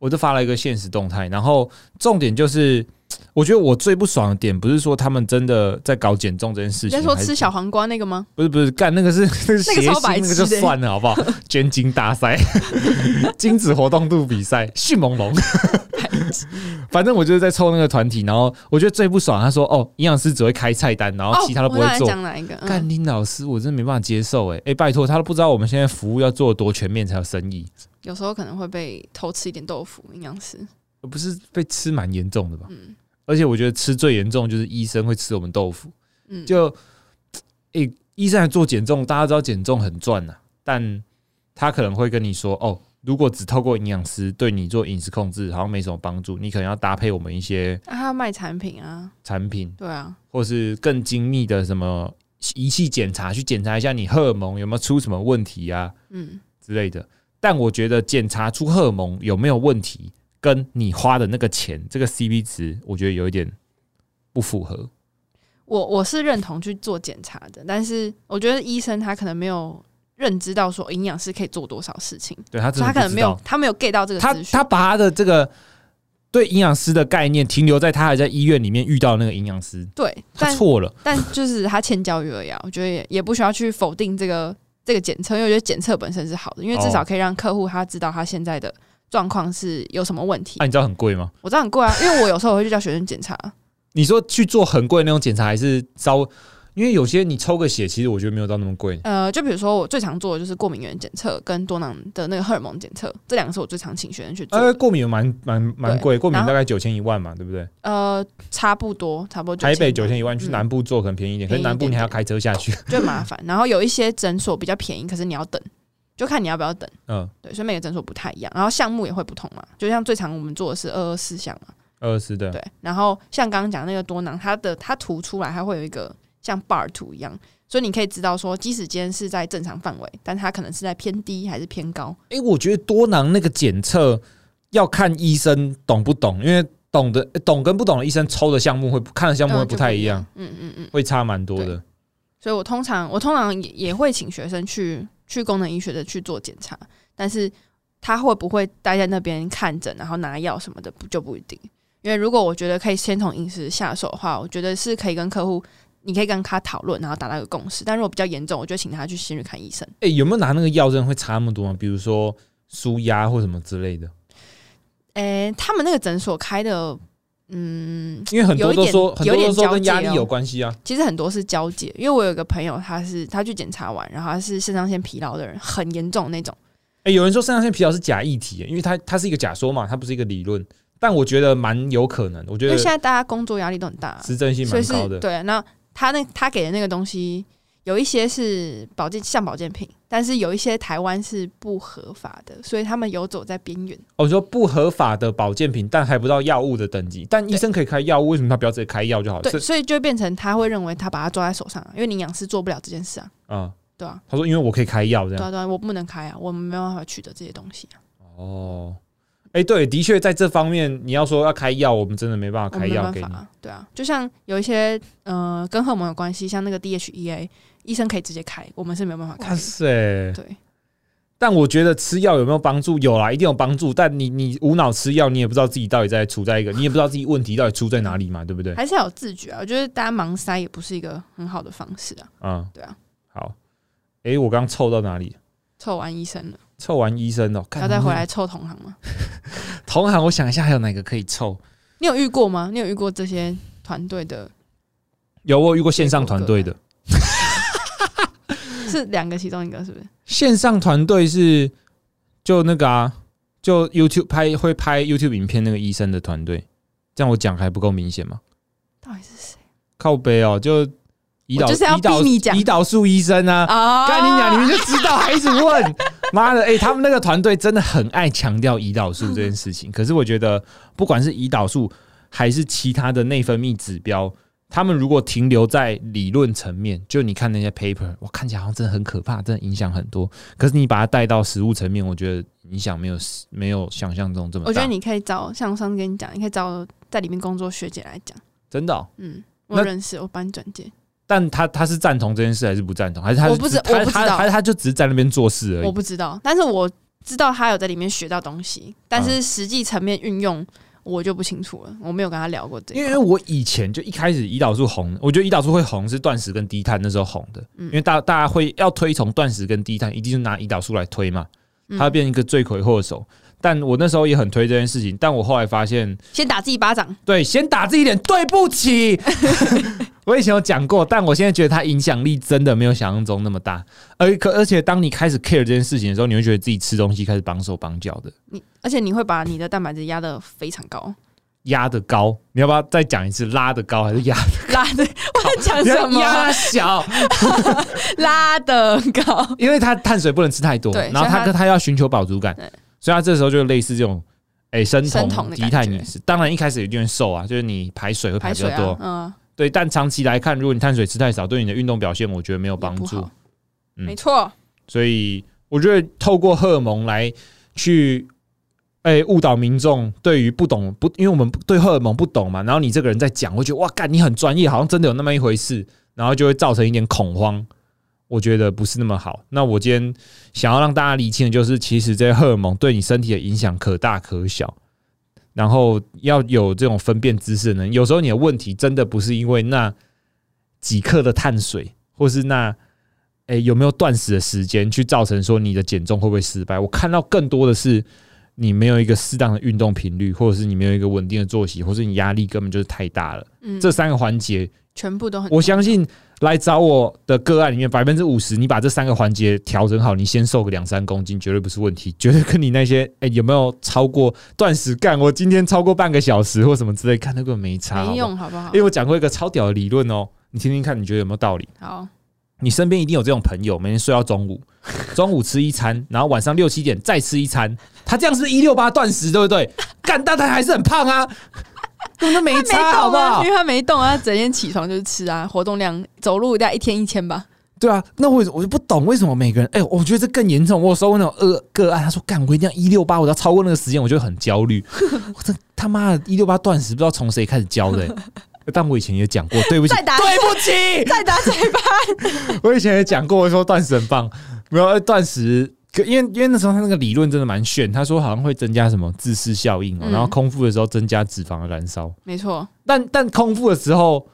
Speaker 1: 我就发了一个现实动态，然后重点就是。我觉得我最不爽的点不是说他们真的在搞减重这件事
Speaker 2: 你
Speaker 1: 情，
Speaker 2: 在说
Speaker 1: 还是
Speaker 2: 吃小黄瓜那个吗？
Speaker 1: 不是不是，干那个是 那个
Speaker 2: 那
Speaker 1: 谐
Speaker 2: 个
Speaker 1: 星，
Speaker 2: 超白
Speaker 1: 那个就
Speaker 2: 痴的
Speaker 1: 算了，好不好？ 捐精大赛、 精子活动度比 赛、迅猛龙，反正我就是在凑那个团体。然后我觉得最不爽，他说：“哦，营养师只会开菜单，然后其他都不
Speaker 2: 哦我
Speaker 1: 会
Speaker 2: 刚才
Speaker 1: 做。
Speaker 2: 讲哪一个？嗯
Speaker 1: 干林老师，我真的没办法接受哎、哎、拜托，他都不知道我们现在服务要做得多全面才有生意，
Speaker 2: 有时候可能会被偷吃一点豆腐，营养师。
Speaker 1: 不是被吃蛮严重的吧？
Speaker 2: 嗯
Speaker 1: 而且我觉得吃最严重就是医生会吃我们豆腐，
Speaker 2: 嗯，
Speaker 1: 就，诶、医生还做减重，大家知道减重很赚呐、啊但他可能会跟你说，哦，如果只透过营养师对你做饮食控制，好像没什么帮助，你可能要搭配我们一些
Speaker 2: 啊，他卖产品啊，
Speaker 1: 产品，
Speaker 2: 对啊，
Speaker 1: 或是更精密的什么仪器检查，去检查一下你荷尔蒙有没有出什么问题啊
Speaker 2: 嗯，
Speaker 1: 之类的。但我觉得检查出荷尔蒙有没有问题，跟你花的那个钱，这个 CP 值，我觉得有一点不符合。
Speaker 2: 我我是认同去做检查的，但是我觉得医生他可能没有认知到说营养师可以做多少事情，
Speaker 1: 对他
Speaker 2: 所
Speaker 1: 真
Speaker 2: 以
Speaker 1: 的不
Speaker 2: 他可能
Speaker 1: 知
Speaker 2: 没
Speaker 1: 道
Speaker 2: 有。他没有 get 到这个
Speaker 1: 他
Speaker 2: 资讯
Speaker 1: 他。把他的这个对营养师的概念停留在他还在医院里面遇到那个营养师，
Speaker 2: 对，
Speaker 1: 他
Speaker 2: 但
Speaker 1: 错了。
Speaker 2: 但就是他欠教育而已、啊，我觉得也也不需要去否定这个这个检测，因为我觉得检测本身是好的，因为至
Speaker 1: 哦
Speaker 2: 少可以让客户他知道他现在的状况是有什么问题。
Speaker 1: 那、啊你知道很贵吗？
Speaker 2: 我知道很贵啊，因为我有时候我会去叫学生检查，
Speaker 1: 你说去做很贵的那种检查，还是稍微？因为有些你抽个血，其实我觉得没有到那么贵。
Speaker 2: 呃，就比如说我最常做的就是过敏原检测跟多囊的那个荷尔蒙检测，这两个是我最常请学生去做
Speaker 1: 呃，
Speaker 2: 的。
Speaker 1: 过敏有蛮蛮蛮
Speaker 2: 对
Speaker 1: 贵，过敏
Speaker 2: 然后
Speaker 1: 大概九千一万嘛，对不对？
Speaker 2: 呃，差不多，差不多。
Speaker 1: 台北九千一万，去
Speaker 2: 嗯
Speaker 1: 南部做可能便宜一点，可
Speaker 2: 便
Speaker 1: 是
Speaker 2: 宜一
Speaker 1: 南部
Speaker 2: 点
Speaker 1: 你还要
Speaker 2: 点
Speaker 1: 开车下去。
Speaker 2: 就很麻烦。然后有一些诊所比较便宜，可是你要等，就看你要不要等。
Speaker 1: 嗯，
Speaker 2: 对，所以每个诊所不太一样，然后项目也会不同嘛。就像最常我们做的是二二四项嘛，
Speaker 1: 二十的，
Speaker 2: 对。然后像刚刚讲那个多囊，它的它图出来，它会有一个像 bar 图一样，所以你可以知道说，即使今天是在正常范围，但它可能是在偏低还是偏高。
Speaker 1: 哎、我觉得多囊那个检测要看医生懂不懂，因为懂的懂跟不懂的医生抽的项目会看的项目会
Speaker 2: 嗯就
Speaker 1: 不太一样，
Speaker 2: 嗯嗯嗯，
Speaker 1: 会差蛮多的。
Speaker 2: 所以我通常我通常也也会请学生去去功能医学的去做检查，但是他会不会待在那边看诊，然后拿药什么的，不就不一定。因为如果我觉得可以先从饮食下手的话，我觉得是可以跟客户，你可以跟他讨论，然后达到一个共识。但如果比较严重，我就请他去先去看医生。
Speaker 1: 哎、有没有拿那个药真的会差那么多吗？比如说舒压或什么之类的？
Speaker 2: 诶、他们那个诊所开的，嗯，
Speaker 1: 因为很多
Speaker 2: 有一
Speaker 1: 都
Speaker 2: 点
Speaker 1: 说，很多
Speaker 2: 有
Speaker 1: 都
Speaker 2: 点
Speaker 1: 说跟压
Speaker 2: 交接
Speaker 1: 力
Speaker 2: 哦
Speaker 1: 有关系啊。
Speaker 2: 其实很多是交界，因为我有个朋友，他是他去检查完，然后他是肾上腺疲劳的人，很严重的那种。
Speaker 1: 哎、有人说肾上腺疲劳是假议题，因为它它是一个假说嘛，它不是一个理论。但我觉得蛮有可能，我觉
Speaker 2: 因为现
Speaker 1: 得
Speaker 2: 在大家工作压力都很大啊、
Speaker 1: 实证性
Speaker 2: 所以
Speaker 1: 蛮
Speaker 2: 是
Speaker 1: 高的。
Speaker 2: 对啊。那他那他给的那个东西，有一些是保健像保健品，但是有一些台湾是不合法的，所以他们游走在边缘。
Speaker 1: 哦，你说不合法的保健品，但还不到药物的等级，但医生可以开药物，为什么他不要直接开药就好了？
Speaker 2: 对，所以就会变成他会认为他把它抓在手上啊、因为营养师做不了这件事啊，
Speaker 1: 啊、
Speaker 2: 对啊，
Speaker 1: 他说因为我可以开药这
Speaker 2: 对
Speaker 1: 样。
Speaker 2: 啊，对啊，我不能开啊，我们没有办法取得这些东西啊，
Speaker 1: 哦，哎、对，的确在这方面，你要说要开药，我们真的没办
Speaker 2: 我
Speaker 1: 法开
Speaker 2: 们没
Speaker 1: 药
Speaker 2: 办
Speaker 1: 给
Speaker 2: 法、
Speaker 1: 你。
Speaker 2: 啊，对啊，就像有一些呃跟荷尔蒙有关系，像那个 DHEA，医生可以直接开，我们是没有办法开
Speaker 1: 哇
Speaker 2: 的，
Speaker 1: 塞！
Speaker 2: 对。
Speaker 1: 但我觉得吃药有没有帮助？有啦，一定有帮助。但你你无脑吃药，你也不知道自己到底在处在一个，你也不知道自己问题到底出在哪里嘛，对不对？
Speaker 2: 还是要有自觉啊。我觉得大家盲塞也不是一个很好的方式啊。
Speaker 1: 嗯，
Speaker 2: 对啊。
Speaker 1: 好，哎、我刚凑到哪里？
Speaker 2: 凑完医生了，
Speaker 1: 凑完医生哦、看
Speaker 2: 要再回来凑同行吗？
Speaker 1: 同行，我想一下还有哪个可以凑。
Speaker 2: 你有遇过吗？你有遇过这些团队的？
Speaker 1: 有我有遇过线上团队的，
Speaker 2: 是两个其中一个是不是？
Speaker 1: 线上团队是就那个啊，就 YouTube 拍会拍 YouTube 影片那个医生的团队，这样我讲还不够明显吗？
Speaker 2: 到底是谁
Speaker 1: 靠背哦，就胰岛
Speaker 2: 我就是要
Speaker 1: 胰岛
Speaker 2: 逼你讲
Speaker 1: 胰岛素医生啊，
Speaker 2: 啊
Speaker 1: 干你娘，你们就知道，还一直问。 妈的，哎、他们那个团队真的很爱强调胰岛素这件事情。可是我觉得，不管是胰岛素还是其他的内分泌指标，他们如果停留在理论层面，就你看那些 paper，我看起来好像真的很可怕，真的影响很多。可是你把它带到实物层面，我觉得影响没有没有想象中这么大。
Speaker 2: 我觉得你可以找，像我上次跟你讲，你可以找在里面工作学姐来讲。
Speaker 1: 真的哦、
Speaker 2: 嗯，我
Speaker 1: 那
Speaker 2: 认识，我帮你转介。
Speaker 1: 但他他是赞同这件事还是不赞同？还是他
Speaker 2: 我不知
Speaker 1: 只他
Speaker 2: 我不知
Speaker 1: 他
Speaker 2: 道
Speaker 1: 他他就只是在那边做事而
Speaker 2: 我
Speaker 1: 已。
Speaker 2: 不知道，但是我知道他有在里面学到东西，但是实际层面运用我就不清楚了，我没有跟他聊过这
Speaker 1: 因
Speaker 2: 个。
Speaker 1: 为我以前就一开始胰岛素红，我觉得胰岛素会红是断食跟低碳那时候红的，
Speaker 2: 嗯
Speaker 1: 因为大大家会要推崇断食跟低碳，一定是拿胰岛素来推嘛，它会
Speaker 2: 嗯，
Speaker 1: 变成一个罪魁祸首。但我那时候也很推这件事情，但我后来发现，
Speaker 2: 先打自己巴掌，
Speaker 1: 对，先打自己脸，对不 起。我以前有讲过，但我现在觉得它影响力真的没有想象中那么大。而可而且，当你开始 care 这件事情的时候，你会觉得自己吃东西开始绑手绑脚的，
Speaker 2: 你而且你会把你的蛋白质压得非 常高。
Speaker 1: 压的高。你要不要再讲一次？拉的高还是压？
Speaker 2: 拉的，我在讲
Speaker 1: 不
Speaker 2: 什
Speaker 1: 要
Speaker 2: 么？啊
Speaker 1: 压小？
Speaker 2: 拉的高，
Speaker 1: 因为他碳水不能吃太多，
Speaker 2: 对
Speaker 1: 然后
Speaker 2: 所以
Speaker 1: 他
Speaker 2: 他
Speaker 1: 跟他要寻求饱足感
Speaker 2: 对，
Speaker 1: 所以他这时候就类似这种，哎、生
Speaker 2: 生
Speaker 1: 酮
Speaker 2: 酮的
Speaker 1: 低碳
Speaker 2: 感觉
Speaker 1: 饮食。当然一开始一定会瘦啊，就是你排水会排
Speaker 2: 排
Speaker 1: 比较
Speaker 2: 水
Speaker 1: 多，
Speaker 2: 啊，嗯，
Speaker 1: 对。但长期来看，如果你碳水吃太少，对你的运动表现，我觉得没有帮
Speaker 2: 也不
Speaker 1: 助
Speaker 2: 好。
Speaker 1: 嗯
Speaker 2: 没错，
Speaker 1: 所以我觉得透过荷尔蒙来去。哎、误导民众对于不懂不，因为我们不对荷尔蒙不懂嘛，然后你这个人在讲，会觉得哇，干你很专业，好像真的有那么一回事，然后就会造成一点恐慌，我觉得不是那么好。那我今天想要让大家理清的就是，其实这些荷尔蒙对你身体的影响可大可小，然后要有这种分辨知识的能力。有时候你的问题真的不是因为那几克的碳水，或是那诶、有没有断食的时间去造成说你的减重会不会失败。我看到更多的是。你没有一个适当的运动频率，或者是你没有一个稳定的作息，或是你压力根本就是太大了。
Speaker 2: 嗯，
Speaker 1: 这三个环节
Speaker 2: 全部都很，
Speaker 1: 我相信来找我的个案里面，百分之五十，你把这三个环节调整好，你先瘦个两三公斤，绝对不是问题。绝对跟你那些哎、有没有超过断食干，我今天超过半个小时或什么之类，看那个没差。好不好，哎
Speaker 2: 没用，好不好
Speaker 1: 因？为我讲过一个超屌的理论哦，你听听看，你觉得有没有道理？
Speaker 2: 好，
Speaker 1: 你身边一定有这种朋友，每天睡到中午， 中午吃一餐，然后晚上六七点再吃一餐，他这样是不是一六八断食，对不对？干，但他还是很胖啊，根本就没
Speaker 2: 没
Speaker 1: 差，好
Speaker 2: 动
Speaker 1: 不好
Speaker 2: 啊，因？为他没动啊，他整天起床就是吃啊，活动量走路大概一天一千吧，
Speaker 1: 对啊，那为什我就不懂为什么每个人，哎、我觉得这更严重。我有收过那种恶个案，他说干，我一定要一六八，我要超过那个时间，我就很焦 虑。我这他妈的一六八断 食，不知道从谁开始教的、欸但我以前也讲过，对不起，
Speaker 2: 再打
Speaker 1: 对不起，
Speaker 2: 再打嘴巴
Speaker 1: 我以前也讲过，我说断食很棒，没有呃断食，可因为因为那时候他那个理论真的蛮炫，他说好像会增加什么自噬效应、哦，
Speaker 2: 嗯
Speaker 1: 然后空腹的时候增加脂肪的燃烧，
Speaker 2: 没错，
Speaker 1: 但但空腹的时候，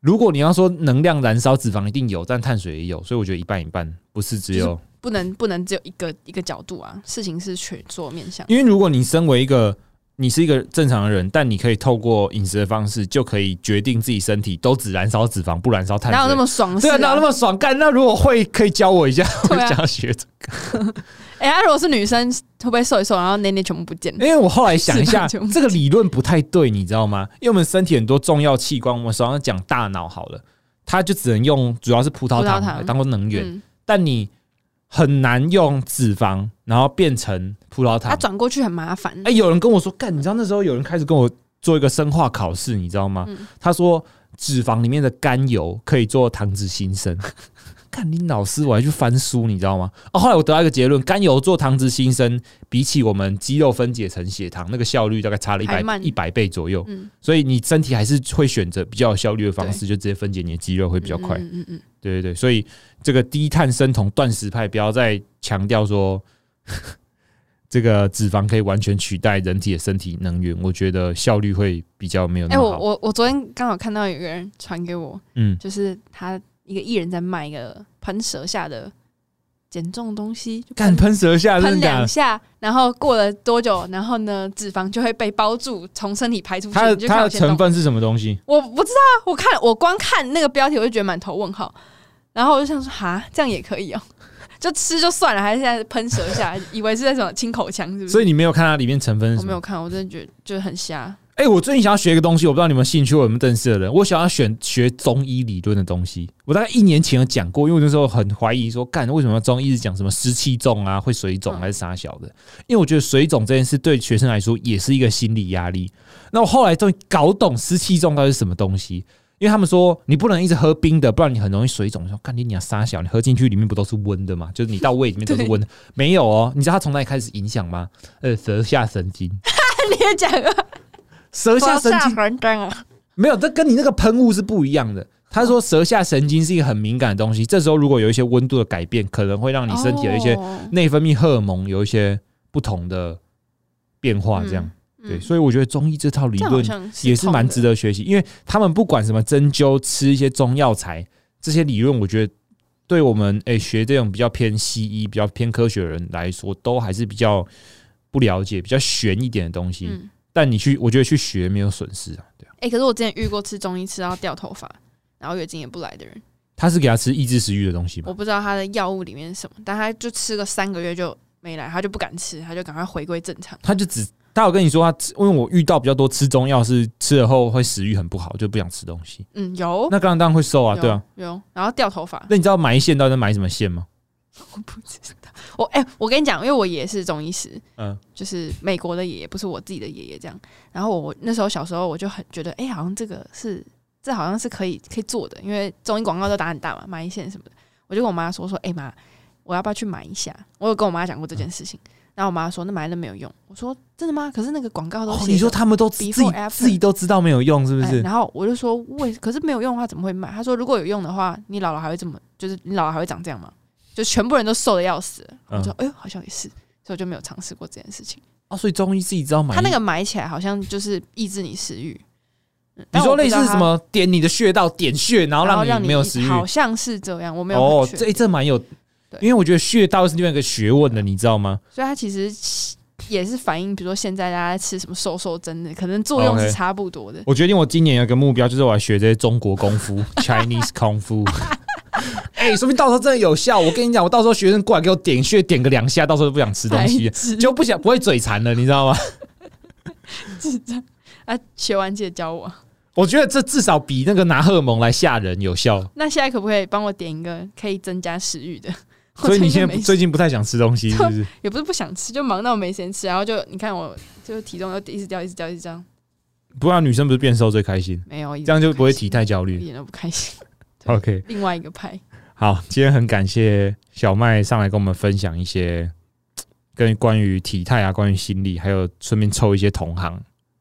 Speaker 1: 如果你要说能量燃烧，脂肪一定有，但碳水也有，所以我觉得一半一半，不是只有。
Speaker 2: 不能不能只有一个一个角度啊，事情是全做面向。
Speaker 1: 因为如果你身为一个你是一个正常的人，但你可以透过饮食的方式就可以决定自己身体都只燃烧脂肪，不燃烧碳水。
Speaker 2: 哪有那么爽的事、
Speaker 1: 对啊，哪有那么爽干？那如果会，可以教我一下，我
Speaker 2: 对啊
Speaker 1: 想要学这
Speaker 2: 哎、他如果是女生，会不会瘦一瘦，然后内内全部不见了？
Speaker 1: 个。因为我后来想一下
Speaker 2: 是吧就，
Speaker 1: 这个理论不太对，你知道吗？因为我们身体很多重要器官，我们手上讲大脑好了，它就只能用主要是葡萄
Speaker 2: 葡萄
Speaker 1: 糖
Speaker 2: 糖
Speaker 1: 来当做能源，
Speaker 2: 嗯，
Speaker 1: 但你很难用脂肪然后变成葡萄糖
Speaker 2: 他。转过去很麻烦。
Speaker 1: 哎、有人跟我说，干，你知道那时候有人开始跟我做一个生化考试，你知道吗？
Speaker 2: 嗯
Speaker 1: 他说脂肪里面的甘油可以做糖脂新生。 干你老师，我还去翻书，你知道吗？哦，后来我得到一个结论，甘油做糖脂新生，比起我们肌肉分解成血糖，那个效率大概差了一百
Speaker 2: 还慢
Speaker 1: 一百倍左右。
Speaker 2: 嗯，
Speaker 1: 所以你身体还是会选择比较有效率的方式，就直接分解你的肌肉会比较快。
Speaker 2: 嗯嗯嗯，
Speaker 1: 对对对，所以这个低碳生酮断食派不要再强调说 这个脂肪可以完全取代人体的身体能源，我觉得效率会比较没有
Speaker 2: 哎、
Speaker 1: 那么
Speaker 2: 我
Speaker 1: 好。
Speaker 2: 我我昨天刚好看到有个人传给我，
Speaker 1: 嗯，
Speaker 2: 就是他一个艺人在卖一个喷舌下的减重东西，就
Speaker 1: 干喷舌下真
Speaker 2: 喷
Speaker 1: 的假
Speaker 2: 两
Speaker 1: 的？
Speaker 2: 下，然后过了多久，然后呢，脂肪就会被包住，从身体排出去。
Speaker 1: 它
Speaker 2: 你
Speaker 1: 的
Speaker 2: 就
Speaker 1: 它
Speaker 2: 看
Speaker 1: 的
Speaker 2: 我先动
Speaker 1: 成，分是什么东西？
Speaker 2: 我不知道啊，我看我光看那个标题，我就觉得满头问号，然后我就想说，哈，这样也可以哦、就吃就算了，还是在喷舌 下，以为是在什么清口腔，是不
Speaker 1: 所
Speaker 2: 是？
Speaker 1: 以你没有看它里面成分是
Speaker 2: 我
Speaker 1: 什
Speaker 2: 没有
Speaker 1: 么？
Speaker 2: 看，我真的觉得就是很瞎。
Speaker 1: 哎、我最近想要学一个东西，我不知道你们有兴趣，我有没有认识的人？我想要选学中医理论的东西。我大概一年前有讲过，因为我那时候很怀疑说，干为什么要中医一直讲什么湿气重啊，会水肿
Speaker 2: 嗯
Speaker 1: 还是啥小的？因为我觉得水肿这件事对学生来说也是一个心理压力。那我后来终于搞懂湿气重到底是什么东西，因为他们说你不能一直喝冰的，不然你很容易水肿。我说干你娘傻小，你喝进去里面不都是温的吗？就是你到胃里面都是 温的，没有哦。你知道它从哪里开始影响吗？呃，舌下神 经，
Speaker 2: 你也讲啊，
Speaker 1: 舌下神经
Speaker 2: 神经啊，
Speaker 1: 没有，这跟你那个喷雾是不一样的。他说舌下神经是一个很敏感的东西，这时候如果有一些温度的改变，可能会让你身体的一些
Speaker 2: 哦
Speaker 1: 内分泌荷尔蒙有一些不同的变化，这样、
Speaker 2: 嗯
Speaker 1: 对。所以我觉得中医这套理
Speaker 2: 这样好
Speaker 1: 论
Speaker 2: 像
Speaker 1: 也是蛮值
Speaker 2: 得。
Speaker 1: 得学习，因为他们不管什么针灸、吃一些中药材这些理论，我觉得对我们诶、学这种比较偏西医、比较偏科学的人来说，都还是比较不了解、比较玄一点的东西。
Speaker 2: 嗯，
Speaker 1: 但你去，我觉得去学没有损失啊，对啊。
Speaker 2: 哎、可是我之前遇过吃中医吃到掉头发，然后月经也不来的人，
Speaker 1: 他是给他吃抑制食欲的东西吧
Speaker 2: 我？不知道他的药物里面是什么，但他就吃个三个月就没来，他就不敢吃，他就赶快回归正常。
Speaker 1: 他就只他有跟你说他吃，因为我遇到比较多吃中药是吃了后会食欲很不好，就不想吃东西。
Speaker 2: 嗯，有，
Speaker 1: 那当然当然会瘦啊，
Speaker 2: 有
Speaker 1: 对啊。，
Speaker 2: 有，然后掉头发，
Speaker 1: 那你知道埋线到底在埋什么线吗？
Speaker 2: 我不知道。我哎、我跟你讲，因为我爷爷是中医师，
Speaker 1: 嗯，
Speaker 2: 就是美国的爷爷，不是我自己的爷爷这样。然后我那时候小时候我就很觉得，哎、好像这个是这好像是可以可以做的，因为中医广告都打很大嘛，买一线什么的。我就跟我妈说说，哎、妈，我要不要去买一下？我有跟我妈讲过这件事情，然后我妈说那买了没有用。我说真的吗？可是那个广告都
Speaker 1: 哦
Speaker 2: 写，着、
Speaker 1: 你说他们都自己
Speaker 2: before after
Speaker 1: 自己都知道没有用，是不
Speaker 2: 哎
Speaker 1: 是？
Speaker 2: 然后我就说为，可是没有用的话怎么会卖？他说如果有用的话，你姥姥还会这么，就是你姥姥还会长这样吗？就全部人都瘦的要死了。
Speaker 1: 嗯
Speaker 2: 我说哎呦，好像也是，所以我就没有尝试过这件事情。
Speaker 1: 哦，所以中医自己知道埋。
Speaker 2: 他那个买起来好像就是抑制你食欲。嗯
Speaker 1: 你
Speaker 2: 但
Speaker 1: 说
Speaker 2: 我不
Speaker 1: 类
Speaker 2: 知
Speaker 1: 似
Speaker 2: 道
Speaker 1: 什
Speaker 2: 它
Speaker 1: 么点你的穴道点穴，然后
Speaker 2: 然后让
Speaker 1: 你没有食欲。
Speaker 2: 好像是这样，我没有
Speaker 1: 哦
Speaker 2: 很，确
Speaker 1: 这诶这蛮有，
Speaker 2: 对
Speaker 1: 因为我觉得穴道是另外一个学问的，你知道吗？
Speaker 2: 所以它其实也是反映，比如说现在大家在吃什么瘦瘦针的，可能作用
Speaker 1: 哦 OK
Speaker 2: 是差不多的。
Speaker 1: 我决定我今年有个目标，就是我要学这些中国功 夫 （Chinese 功夫）。哎、说不定到时候真的有效。我跟你讲，我到时候学生过来给我点穴，点个两下，到时候就不想吃东西
Speaker 2: 白，痴
Speaker 1: 就不想不会嘴馋了，你知道吗？
Speaker 2: 啊，学完记得教我。
Speaker 1: 我觉得这至少比那个拿荷尔蒙来吓人有效。
Speaker 2: 那现在可不可以帮我点一个可以增加食欲的？我
Speaker 1: 所以你
Speaker 2: 最近
Speaker 1: 现
Speaker 2: 没
Speaker 1: 在最近不太想吃东西，是不是？
Speaker 2: 也不是不想吃，就忙到没时间吃，然后就你看我就体重又一直掉，一直掉，一直这样，
Speaker 1: 不然女生不是变瘦最开 心，
Speaker 2: 没有，一点
Speaker 1: 这样就不会体
Speaker 2: 开
Speaker 1: 态焦
Speaker 2: 心，一
Speaker 1: 虑。
Speaker 2: 点都不开心。对
Speaker 1: OK，
Speaker 2: 另外一个派，
Speaker 1: 好，今天很感谢小麦上来跟我们分享一些嘖跟关于体态啊、关于心理，还有顺便抽一些同行。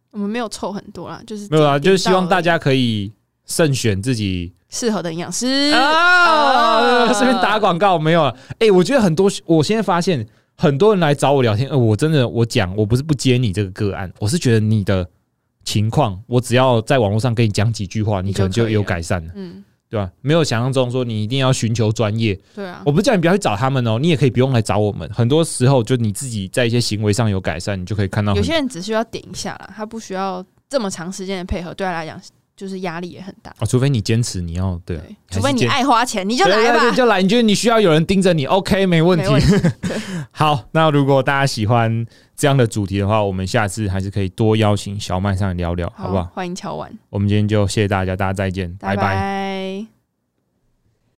Speaker 2: 我们没有凑很多啦，就是
Speaker 1: 没有啊，
Speaker 2: 点到
Speaker 1: 就是希望大家可以慎选自己
Speaker 2: 适合的营养师，
Speaker 1: 啊，
Speaker 2: 啊
Speaker 1: 随便打广告没有了。哎、我觉得很多，我现在发现很多人来找我聊天，呃，我真的我讲，我不是不接你这个个案，我是觉得你的情况，我只要在网络上跟你讲几句话，你
Speaker 2: 你
Speaker 1: 可
Speaker 2: 就
Speaker 1: 能就
Speaker 2: 可以
Speaker 1: 有
Speaker 2: 了
Speaker 1: 改善了，
Speaker 2: 嗯，
Speaker 1: 对吧、没有想象中说你一定要寻求专业，
Speaker 2: 对啊
Speaker 1: 我，不是叫你不要去找他们哦，你也可以不用来找我们。很多时候，就你自己在一些行为上有改善，你就可以看到很。
Speaker 2: 有些人只需要点一下啦，他不需要这么长时间的配合，对他来讲就是压力也很大。
Speaker 1: 啊，除非你坚持你要对，啊
Speaker 2: 对，
Speaker 1: 还是
Speaker 2: 除非你
Speaker 1: 坚
Speaker 2: 爱花钱，你就
Speaker 1: 对
Speaker 2: 来
Speaker 1: 对
Speaker 2: 吧
Speaker 1: 对，就来。你觉得你需要有人盯着你，OK，没问
Speaker 2: 没问
Speaker 1: 题。好，那如果大家喜欢这样的主题的话，我们下次还是可以多邀 请小麦上来聊聊，好不好？
Speaker 2: 欢迎乔婉，
Speaker 1: 我们今天就谢谢大家，大家再见，
Speaker 2: 啊
Speaker 1: 拜
Speaker 2: 拜
Speaker 1: 拜
Speaker 2: 拜